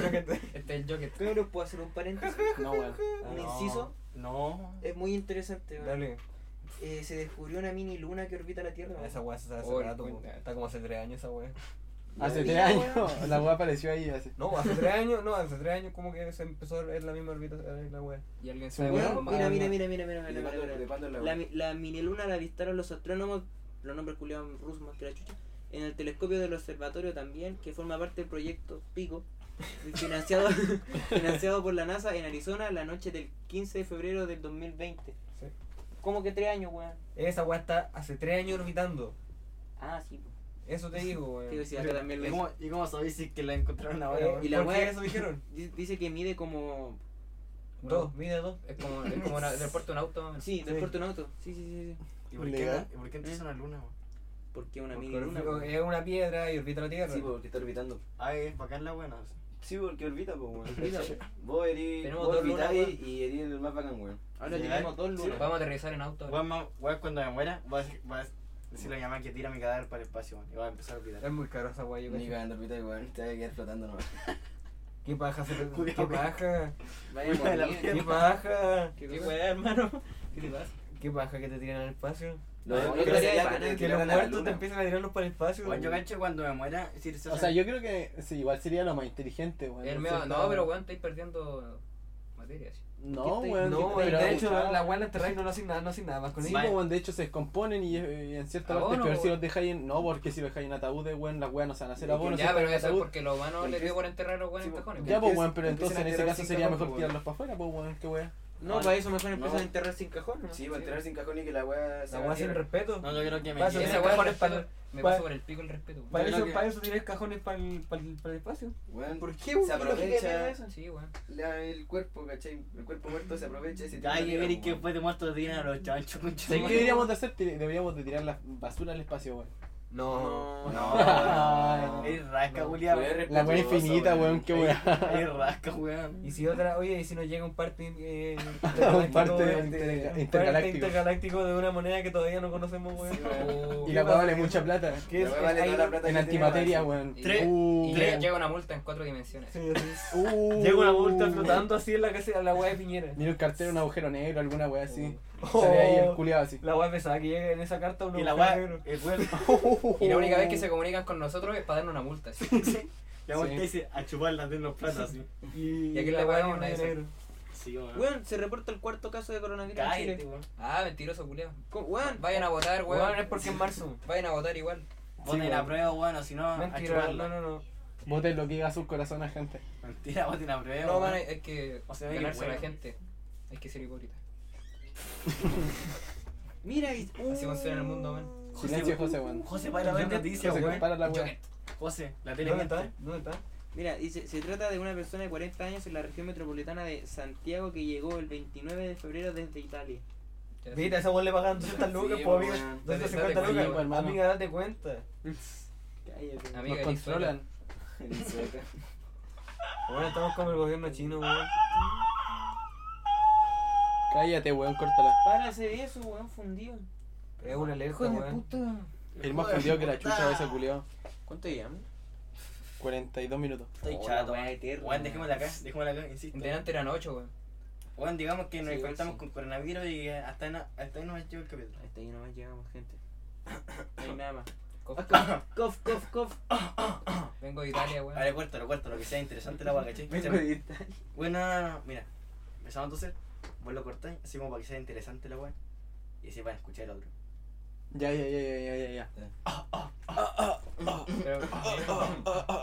Speaker 4: es el Jocket.
Speaker 6: Cabros, ¿puedo hacer un paréntesis?
Speaker 5: ah, No, weón.
Speaker 6: Un inciso.
Speaker 3: No.
Speaker 6: Es muy interesante, weón.
Speaker 1: Ah, Dale.
Speaker 6: Eh, se descubrió una mini luna que orbita la Tierra.
Speaker 1: Esa weá se sabe hace
Speaker 4: Oh,
Speaker 1: rato.
Speaker 4: cuenta.
Speaker 1: weón. Está como hace tres años esa weá.
Speaker 5: Hace
Speaker 6: vi,
Speaker 5: tres años, la weá apareció ahí hace.
Speaker 1: No, hace tres años, no, hace tres años como que se empezó a ver la misma órbita eh, la weá.
Speaker 4: Y alguien
Speaker 5: Sí,
Speaker 4: sabe.
Speaker 5: weón.
Speaker 4: algo
Speaker 6: Weón,
Speaker 4: más.
Speaker 6: mira, mira, mira, mira, mira,
Speaker 2: ¿Y
Speaker 6: mira,
Speaker 2: de cuándo-
Speaker 6: mira,
Speaker 2: de
Speaker 6: mira.
Speaker 2: cuándo es la
Speaker 6: La,
Speaker 2: weón?
Speaker 6: mi- la mini luna la avistaron los astrónomos, los nombres culiados rusos más que la chucha, en el telescopio del observatorio también, que forma parte del proyecto PICO, financiado, financiado por la NASA en Arizona la noche del 15 de febrero del 2020.
Speaker 1: Sí.
Speaker 6: ¿Cómo que tres años, weón?
Speaker 1: Esa weá está hace tres años orbitando.
Speaker 6: Ah, sí, po.
Speaker 1: Eso te digo,
Speaker 6: Tío,
Speaker 1: weón.
Speaker 6: si acá también
Speaker 3: ¿Y
Speaker 6: lo
Speaker 3: cómo, ¿Y cómo sabéis si es que la encontraron ahora,
Speaker 6: Eh,
Speaker 3: weón?
Speaker 6: y la
Speaker 1: ¿Por
Speaker 6: weá-
Speaker 1: qué eso dijeron?
Speaker 6: Di- Dice que mide como...
Speaker 1: Dos, mide dos.
Speaker 4: Es como, es como una- el puerto de un auto. más o menos.
Speaker 6: Sí, transporte un auto. Sí, sí, sí, sí.
Speaker 3: ¿Y por qué,
Speaker 5: Legal.
Speaker 3: ¿Y por qué entonces una luna, weón?
Speaker 6: Porque una mini
Speaker 1: Porque
Speaker 6: luna,
Speaker 1: orbi-
Speaker 6: weón.
Speaker 1: es una piedra y orbita la Tierra.
Speaker 2: Sí, porque está orbitando.
Speaker 3: Ah, es bacán la buena.
Speaker 2: Sí, porque orbita, pues, weón. Vos erís.
Speaker 4: Tenemos
Speaker 2: Vos
Speaker 4: dos lunas,
Speaker 2: orbitáis y erís el más bacán, weón.
Speaker 6: Ahora
Speaker 3: Legal.
Speaker 6: tenemos dos lunas.
Speaker 4: Vamos a aterrizar en auto.
Speaker 3: Weón, ma- weón, cuando me muera, voy a, dec- voy a dec- decirle a mi mamá que tira mi cadáver para el espacio, weón. Y voy a empezar a olvidar.
Speaker 1: Es muy caro esa weá, yo
Speaker 2: Ni
Speaker 1: creo.
Speaker 2: cagando orbitáis, weón. Te vas a quedar flotando nomás.
Speaker 1: ¿Qué paja? se-
Speaker 3: Cuidado,
Speaker 1: ¿Qué
Speaker 3: weón.
Speaker 1: paja?
Speaker 6: Vaya a
Speaker 3: La
Speaker 6: morir.
Speaker 1: ¿Qué paja?
Speaker 6: ¿Qué weá, hermano?
Speaker 4: ¿Qué te pasa?
Speaker 1: ¿Qué paja que te tiran al espacio?
Speaker 2: Lo
Speaker 6: Ah,
Speaker 2: lo
Speaker 6: yo
Speaker 2: que
Speaker 6: creo
Speaker 2: sería
Speaker 6: que
Speaker 2: bacán es
Speaker 1: Que
Speaker 2: tirar
Speaker 1: los
Speaker 2: a la
Speaker 1: muertos te
Speaker 2: luna.
Speaker 1: empiezan a tirarlos para el espacio.
Speaker 3: Weón, yo
Speaker 1: weón.
Speaker 3: cacho cuando me muera, si se
Speaker 5: O sea, yo creo que sí, igual sería lo más inteligente, weón.
Speaker 4: El
Speaker 5: O
Speaker 4: medio-
Speaker 5: sea,
Speaker 4: no, pero weón, estáis perdiendo materia. así.
Speaker 5: No,
Speaker 4: ¿Qué
Speaker 5: weón.
Speaker 4: estáis-
Speaker 5: No,
Speaker 1: No,
Speaker 5: pero
Speaker 1: weón, de hecho,
Speaker 5: escuchaba-
Speaker 1: la weá la enterráis no, no hacen nada, no hacen nada más con
Speaker 5: Sí,
Speaker 1: ella.
Speaker 5: pues, weón, de hecho se descomponen y, eh, en cierta parte es
Speaker 4: Abono,
Speaker 5: peor si
Speaker 4: weón.
Speaker 5: los dejáis en. No, porque si los dejáis en ataúdes, weón, las weas no se van a hacer abono.
Speaker 4: ya,
Speaker 5: se
Speaker 4: pero
Speaker 5: van a
Speaker 4: eso es
Speaker 5: ataúd.
Speaker 4: porque los humanos les dio por enterrar a los buenos en cajones.
Speaker 5: Ya,
Speaker 1: que
Speaker 5: pues,
Speaker 1: empiecen-
Speaker 5: weón, pero
Speaker 1: que
Speaker 5: entonces
Speaker 1: empiecen
Speaker 5: en
Speaker 1: a
Speaker 5: ese
Speaker 1: tirar
Speaker 5: caso
Speaker 1: sin
Speaker 5: sería
Speaker 1: cajón,
Speaker 5: mejor
Speaker 1: pues,
Speaker 5: tirarlos para afuera, pues, weón, qué weón.
Speaker 6: No,
Speaker 2: No,
Speaker 6: para eso mejor empezar
Speaker 2: no.
Speaker 6: a enterrar sin cajón. ¿no?
Speaker 2: Sí, para enterrar sin cajón y que la weá
Speaker 1: La weá sin respeto.
Speaker 3: No, yo creo que me
Speaker 1: Pasa,
Speaker 4: Y
Speaker 1: tiene
Speaker 4: esa
Speaker 3: quede-
Speaker 4: weá
Speaker 1: cajones
Speaker 4: por el-
Speaker 1: para-
Speaker 4: me
Speaker 1: para-
Speaker 4: pasó por el pico el respeto. weón.
Speaker 1: Para
Speaker 2: Yo
Speaker 1: eso,
Speaker 2: creo que-
Speaker 1: para eso tienes cajones para el, para el, para el espacio.
Speaker 2: Weón,
Speaker 1: ¿Por qué,
Speaker 2: Se
Speaker 1: weón?
Speaker 2: aprovecha
Speaker 4: Sí, weón.
Speaker 2: la- el cuerpo, ¿cachai? El cuerpo muerto se aprovecha y se tira.
Speaker 3: Ay,
Speaker 2: la
Speaker 3: Iberic
Speaker 2: tira,
Speaker 3: que fue de muerto de dinero, chancho, concho.
Speaker 5: ¿Sabes ¿Qué deberíamos de hacer? Tire- Deberíamos de tirar la basura al espacio, weón.
Speaker 1: No.
Speaker 2: weón.
Speaker 5: No.
Speaker 2: No.
Speaker 3: Es rasca,
Speaker 1: No,
Speaker 3: Julián.
Speaker 2: weón,
Speaker 5: La wea infinita, weón, qué weón.
Speaker 3: Es rasca, weón.
Speaker 1: Y si otra, oye, y si nos llega un parte, eh,
Speaker 5: Un parte
Speaker 1: intergaláctico,
Speaker 5: de-
Speaker 1: un
Speaker 5: interga-
Speaker 1: parte
Speaker 5: intergaláctico.
Speaker 1: intergaláctico de una moneda que todavía no conocemos, weón.
Speaker 2: Sí, weón.
Speaker 5: Y Uh, la
Speaker 1: ¿Qué pasa?
Speaker 5: weá vale mucha plata.
Speaker 1: ¿Qué es?
Speaker 2: La weá vale
Speaker 1: Ahí-
Speaker 2: toda la plata
Speaker 5: En
Speaker 2: que
Speaker 5: antimateria,
Speaker 2: tiene,
Speaker 5: weón.
Speaker 4: Tres-
Speaker 5: Uh,
Speaker 4: Y llega llega una multa en cuatro dimensiones.
Speaker 1: Sí, sí.
Speaker 5: uh.
Speaker 1: Llega una multa flotando así en la casa, a la weá de Piñera.
Speaker 5: Mira un cartero, un agujero negro, alguna weá así.
Speaker 1: Oh.
Speaker 5: Sale ahí el culiado así.
Speaker 1: La weá pesada que llega en esa carta un
Speaker 3: Y la
Speaker 1: agujero
Speaker 3: weá,
Speaker 1: negro.
Speaker 3: el weón,
Speaker 4: Y
Speaker 3: Uh.
Speaker 4: la única vez que se comunican con nosotros es para darnos una multa. así.
Speaker 3: la weón te dice a chuparlas de los platos, así.
Speaker 1: Y,
Speaker 4: Y aquí la
Speaker 1: la
Speaker 4: weá
Speaker 1: weá
Speaker 4: no,
Speaker 1: de
Speaker 4: nadie
Speaker 1: negro.
Speaker 4: sabe.
Speaker 3: Sí, weón.
Speaker 6: Weón, se reporta el cuarto caso de coronavirus en
Speaker 3: Cállate,
Speaker 6: Chile.
Speaker 3: weón.
Speaker 4: Ah, mentiroso, culiao.
Speaker 6: Co- Weón,
Speaker 4: Vayan a votar,
Speaker 1: Weón,
Speaker 4: weón.
Speaker 1: es porque es marzo.
Speaker 4: Vayan a votar igual.
Speaker 3: Ponle
Speaker 5: weón.
Speaker 3: la prueba, weón, o si no, a
Speaker 1: Mentira, no,
Speaker 3: chuparla.
Speaker 1: no, no.
Speaker 5: Voten lo que diga sus corazones, gente.
Speaker 3: Mentira, ponte la prueba,
Speaker 4: No,
Speaker 3: weón.
Speaker 4: man, hay que
Speaker 3: O sea, hay que
Speaker 4: ganarse a la
Speaker 3: huevo.
Speaker 4: gente. Hay que ser hipócrita.
Speaker 6: mira y.
Speaker 4: Así funciona el mundo, man.
Speaker 5: Silencio, José, weón.
Speaker 3: José, para ver noticias,
Speaker 5: Se
Speaker 3: weón.
Speaker 5: compara la weá.
Speaker 3: José, la tele
Speaker 1: ¿Dónde
Speaker 3: miente.
Speaker 1: está? ¿Dónde está?
Speaker 6: Mira, dice, se trata de una persona de 40 años en la región metropolitana de Santiago que llegó el 29 de febrero desde Italia.
Speaker 4: Ya, sí.
Speaker 1: Mira, esa weá le pagan 200 lucas,
Speaker 2: Sí,
Speaker 1: po,
Speaker 2: weón.
Speaker 1: amiga.
Speaker 4: Date-
Speaker 1: 250
Speaker 4: date
Speaker 1: lucas.
Speaker 5: cuenta, hermano.
Speaker 1: Amiga, date cuenta.
Speaker 6: Cállate.
Speaker 4: Amiga,
Speaker 5: Nos
Speaker 4: eres
Speaker 5: controlan.
Speaker 2: Sueca.
Speaker 1: Bueno, estamos como el gobierno chino, weón.
Speaker 5: Cállate, weón, córtala.
Speaker 6: Para hacer eso, weón, fundido.
Speaker 1: Es una alerta,
Speaker 4: suela. Hijo de
Speaker 1: weón.
Speaker 4: puta.
Speaker 5: El más fundido que la chucha a veces, culiado.
Speaker 6: ¿Cuánto llevamos?
Speaker 5: 42 minutos.
Speaker 3: Estoy
Speaker 6: Oh,
Speaker 3: chato.
Speaker 6: la weá eterna.
Speaker 3: Weón, dejémosla acá, dejémosla acá, insisto.
Speaker 4: Delante eran ocho, weón.
Speaker 3: Weón, digamos que nos
Speaker 6: Sí,
Speaker 3: infectamos
Speaker 6: sí.
Speaker 3: con coronavirus y eh, hasta ahí no- hasta ahí nos ha llegado el capítulo.
Speaker 6: Hasta ahí nomás llegamos, gente. No hay nada más.
Speaker 4: Cof.
Speaker 6: Ah, Cof, cof, cof.
Speaker 4: Vengo de Italia, weón.
Speaker 3: Vale, cuéntalo, cuéntalo, que sea interesante la weá, ¿cachai? Bueno, no, no, no, mira. Empezamos entonces, vos lo cortáis, así como para que sea interesante la weá. Y así van a escuchar el otro.
Speaker 5: Ya, ya, ya, ya, ya, ya, ya.
Speaker 4: Pero,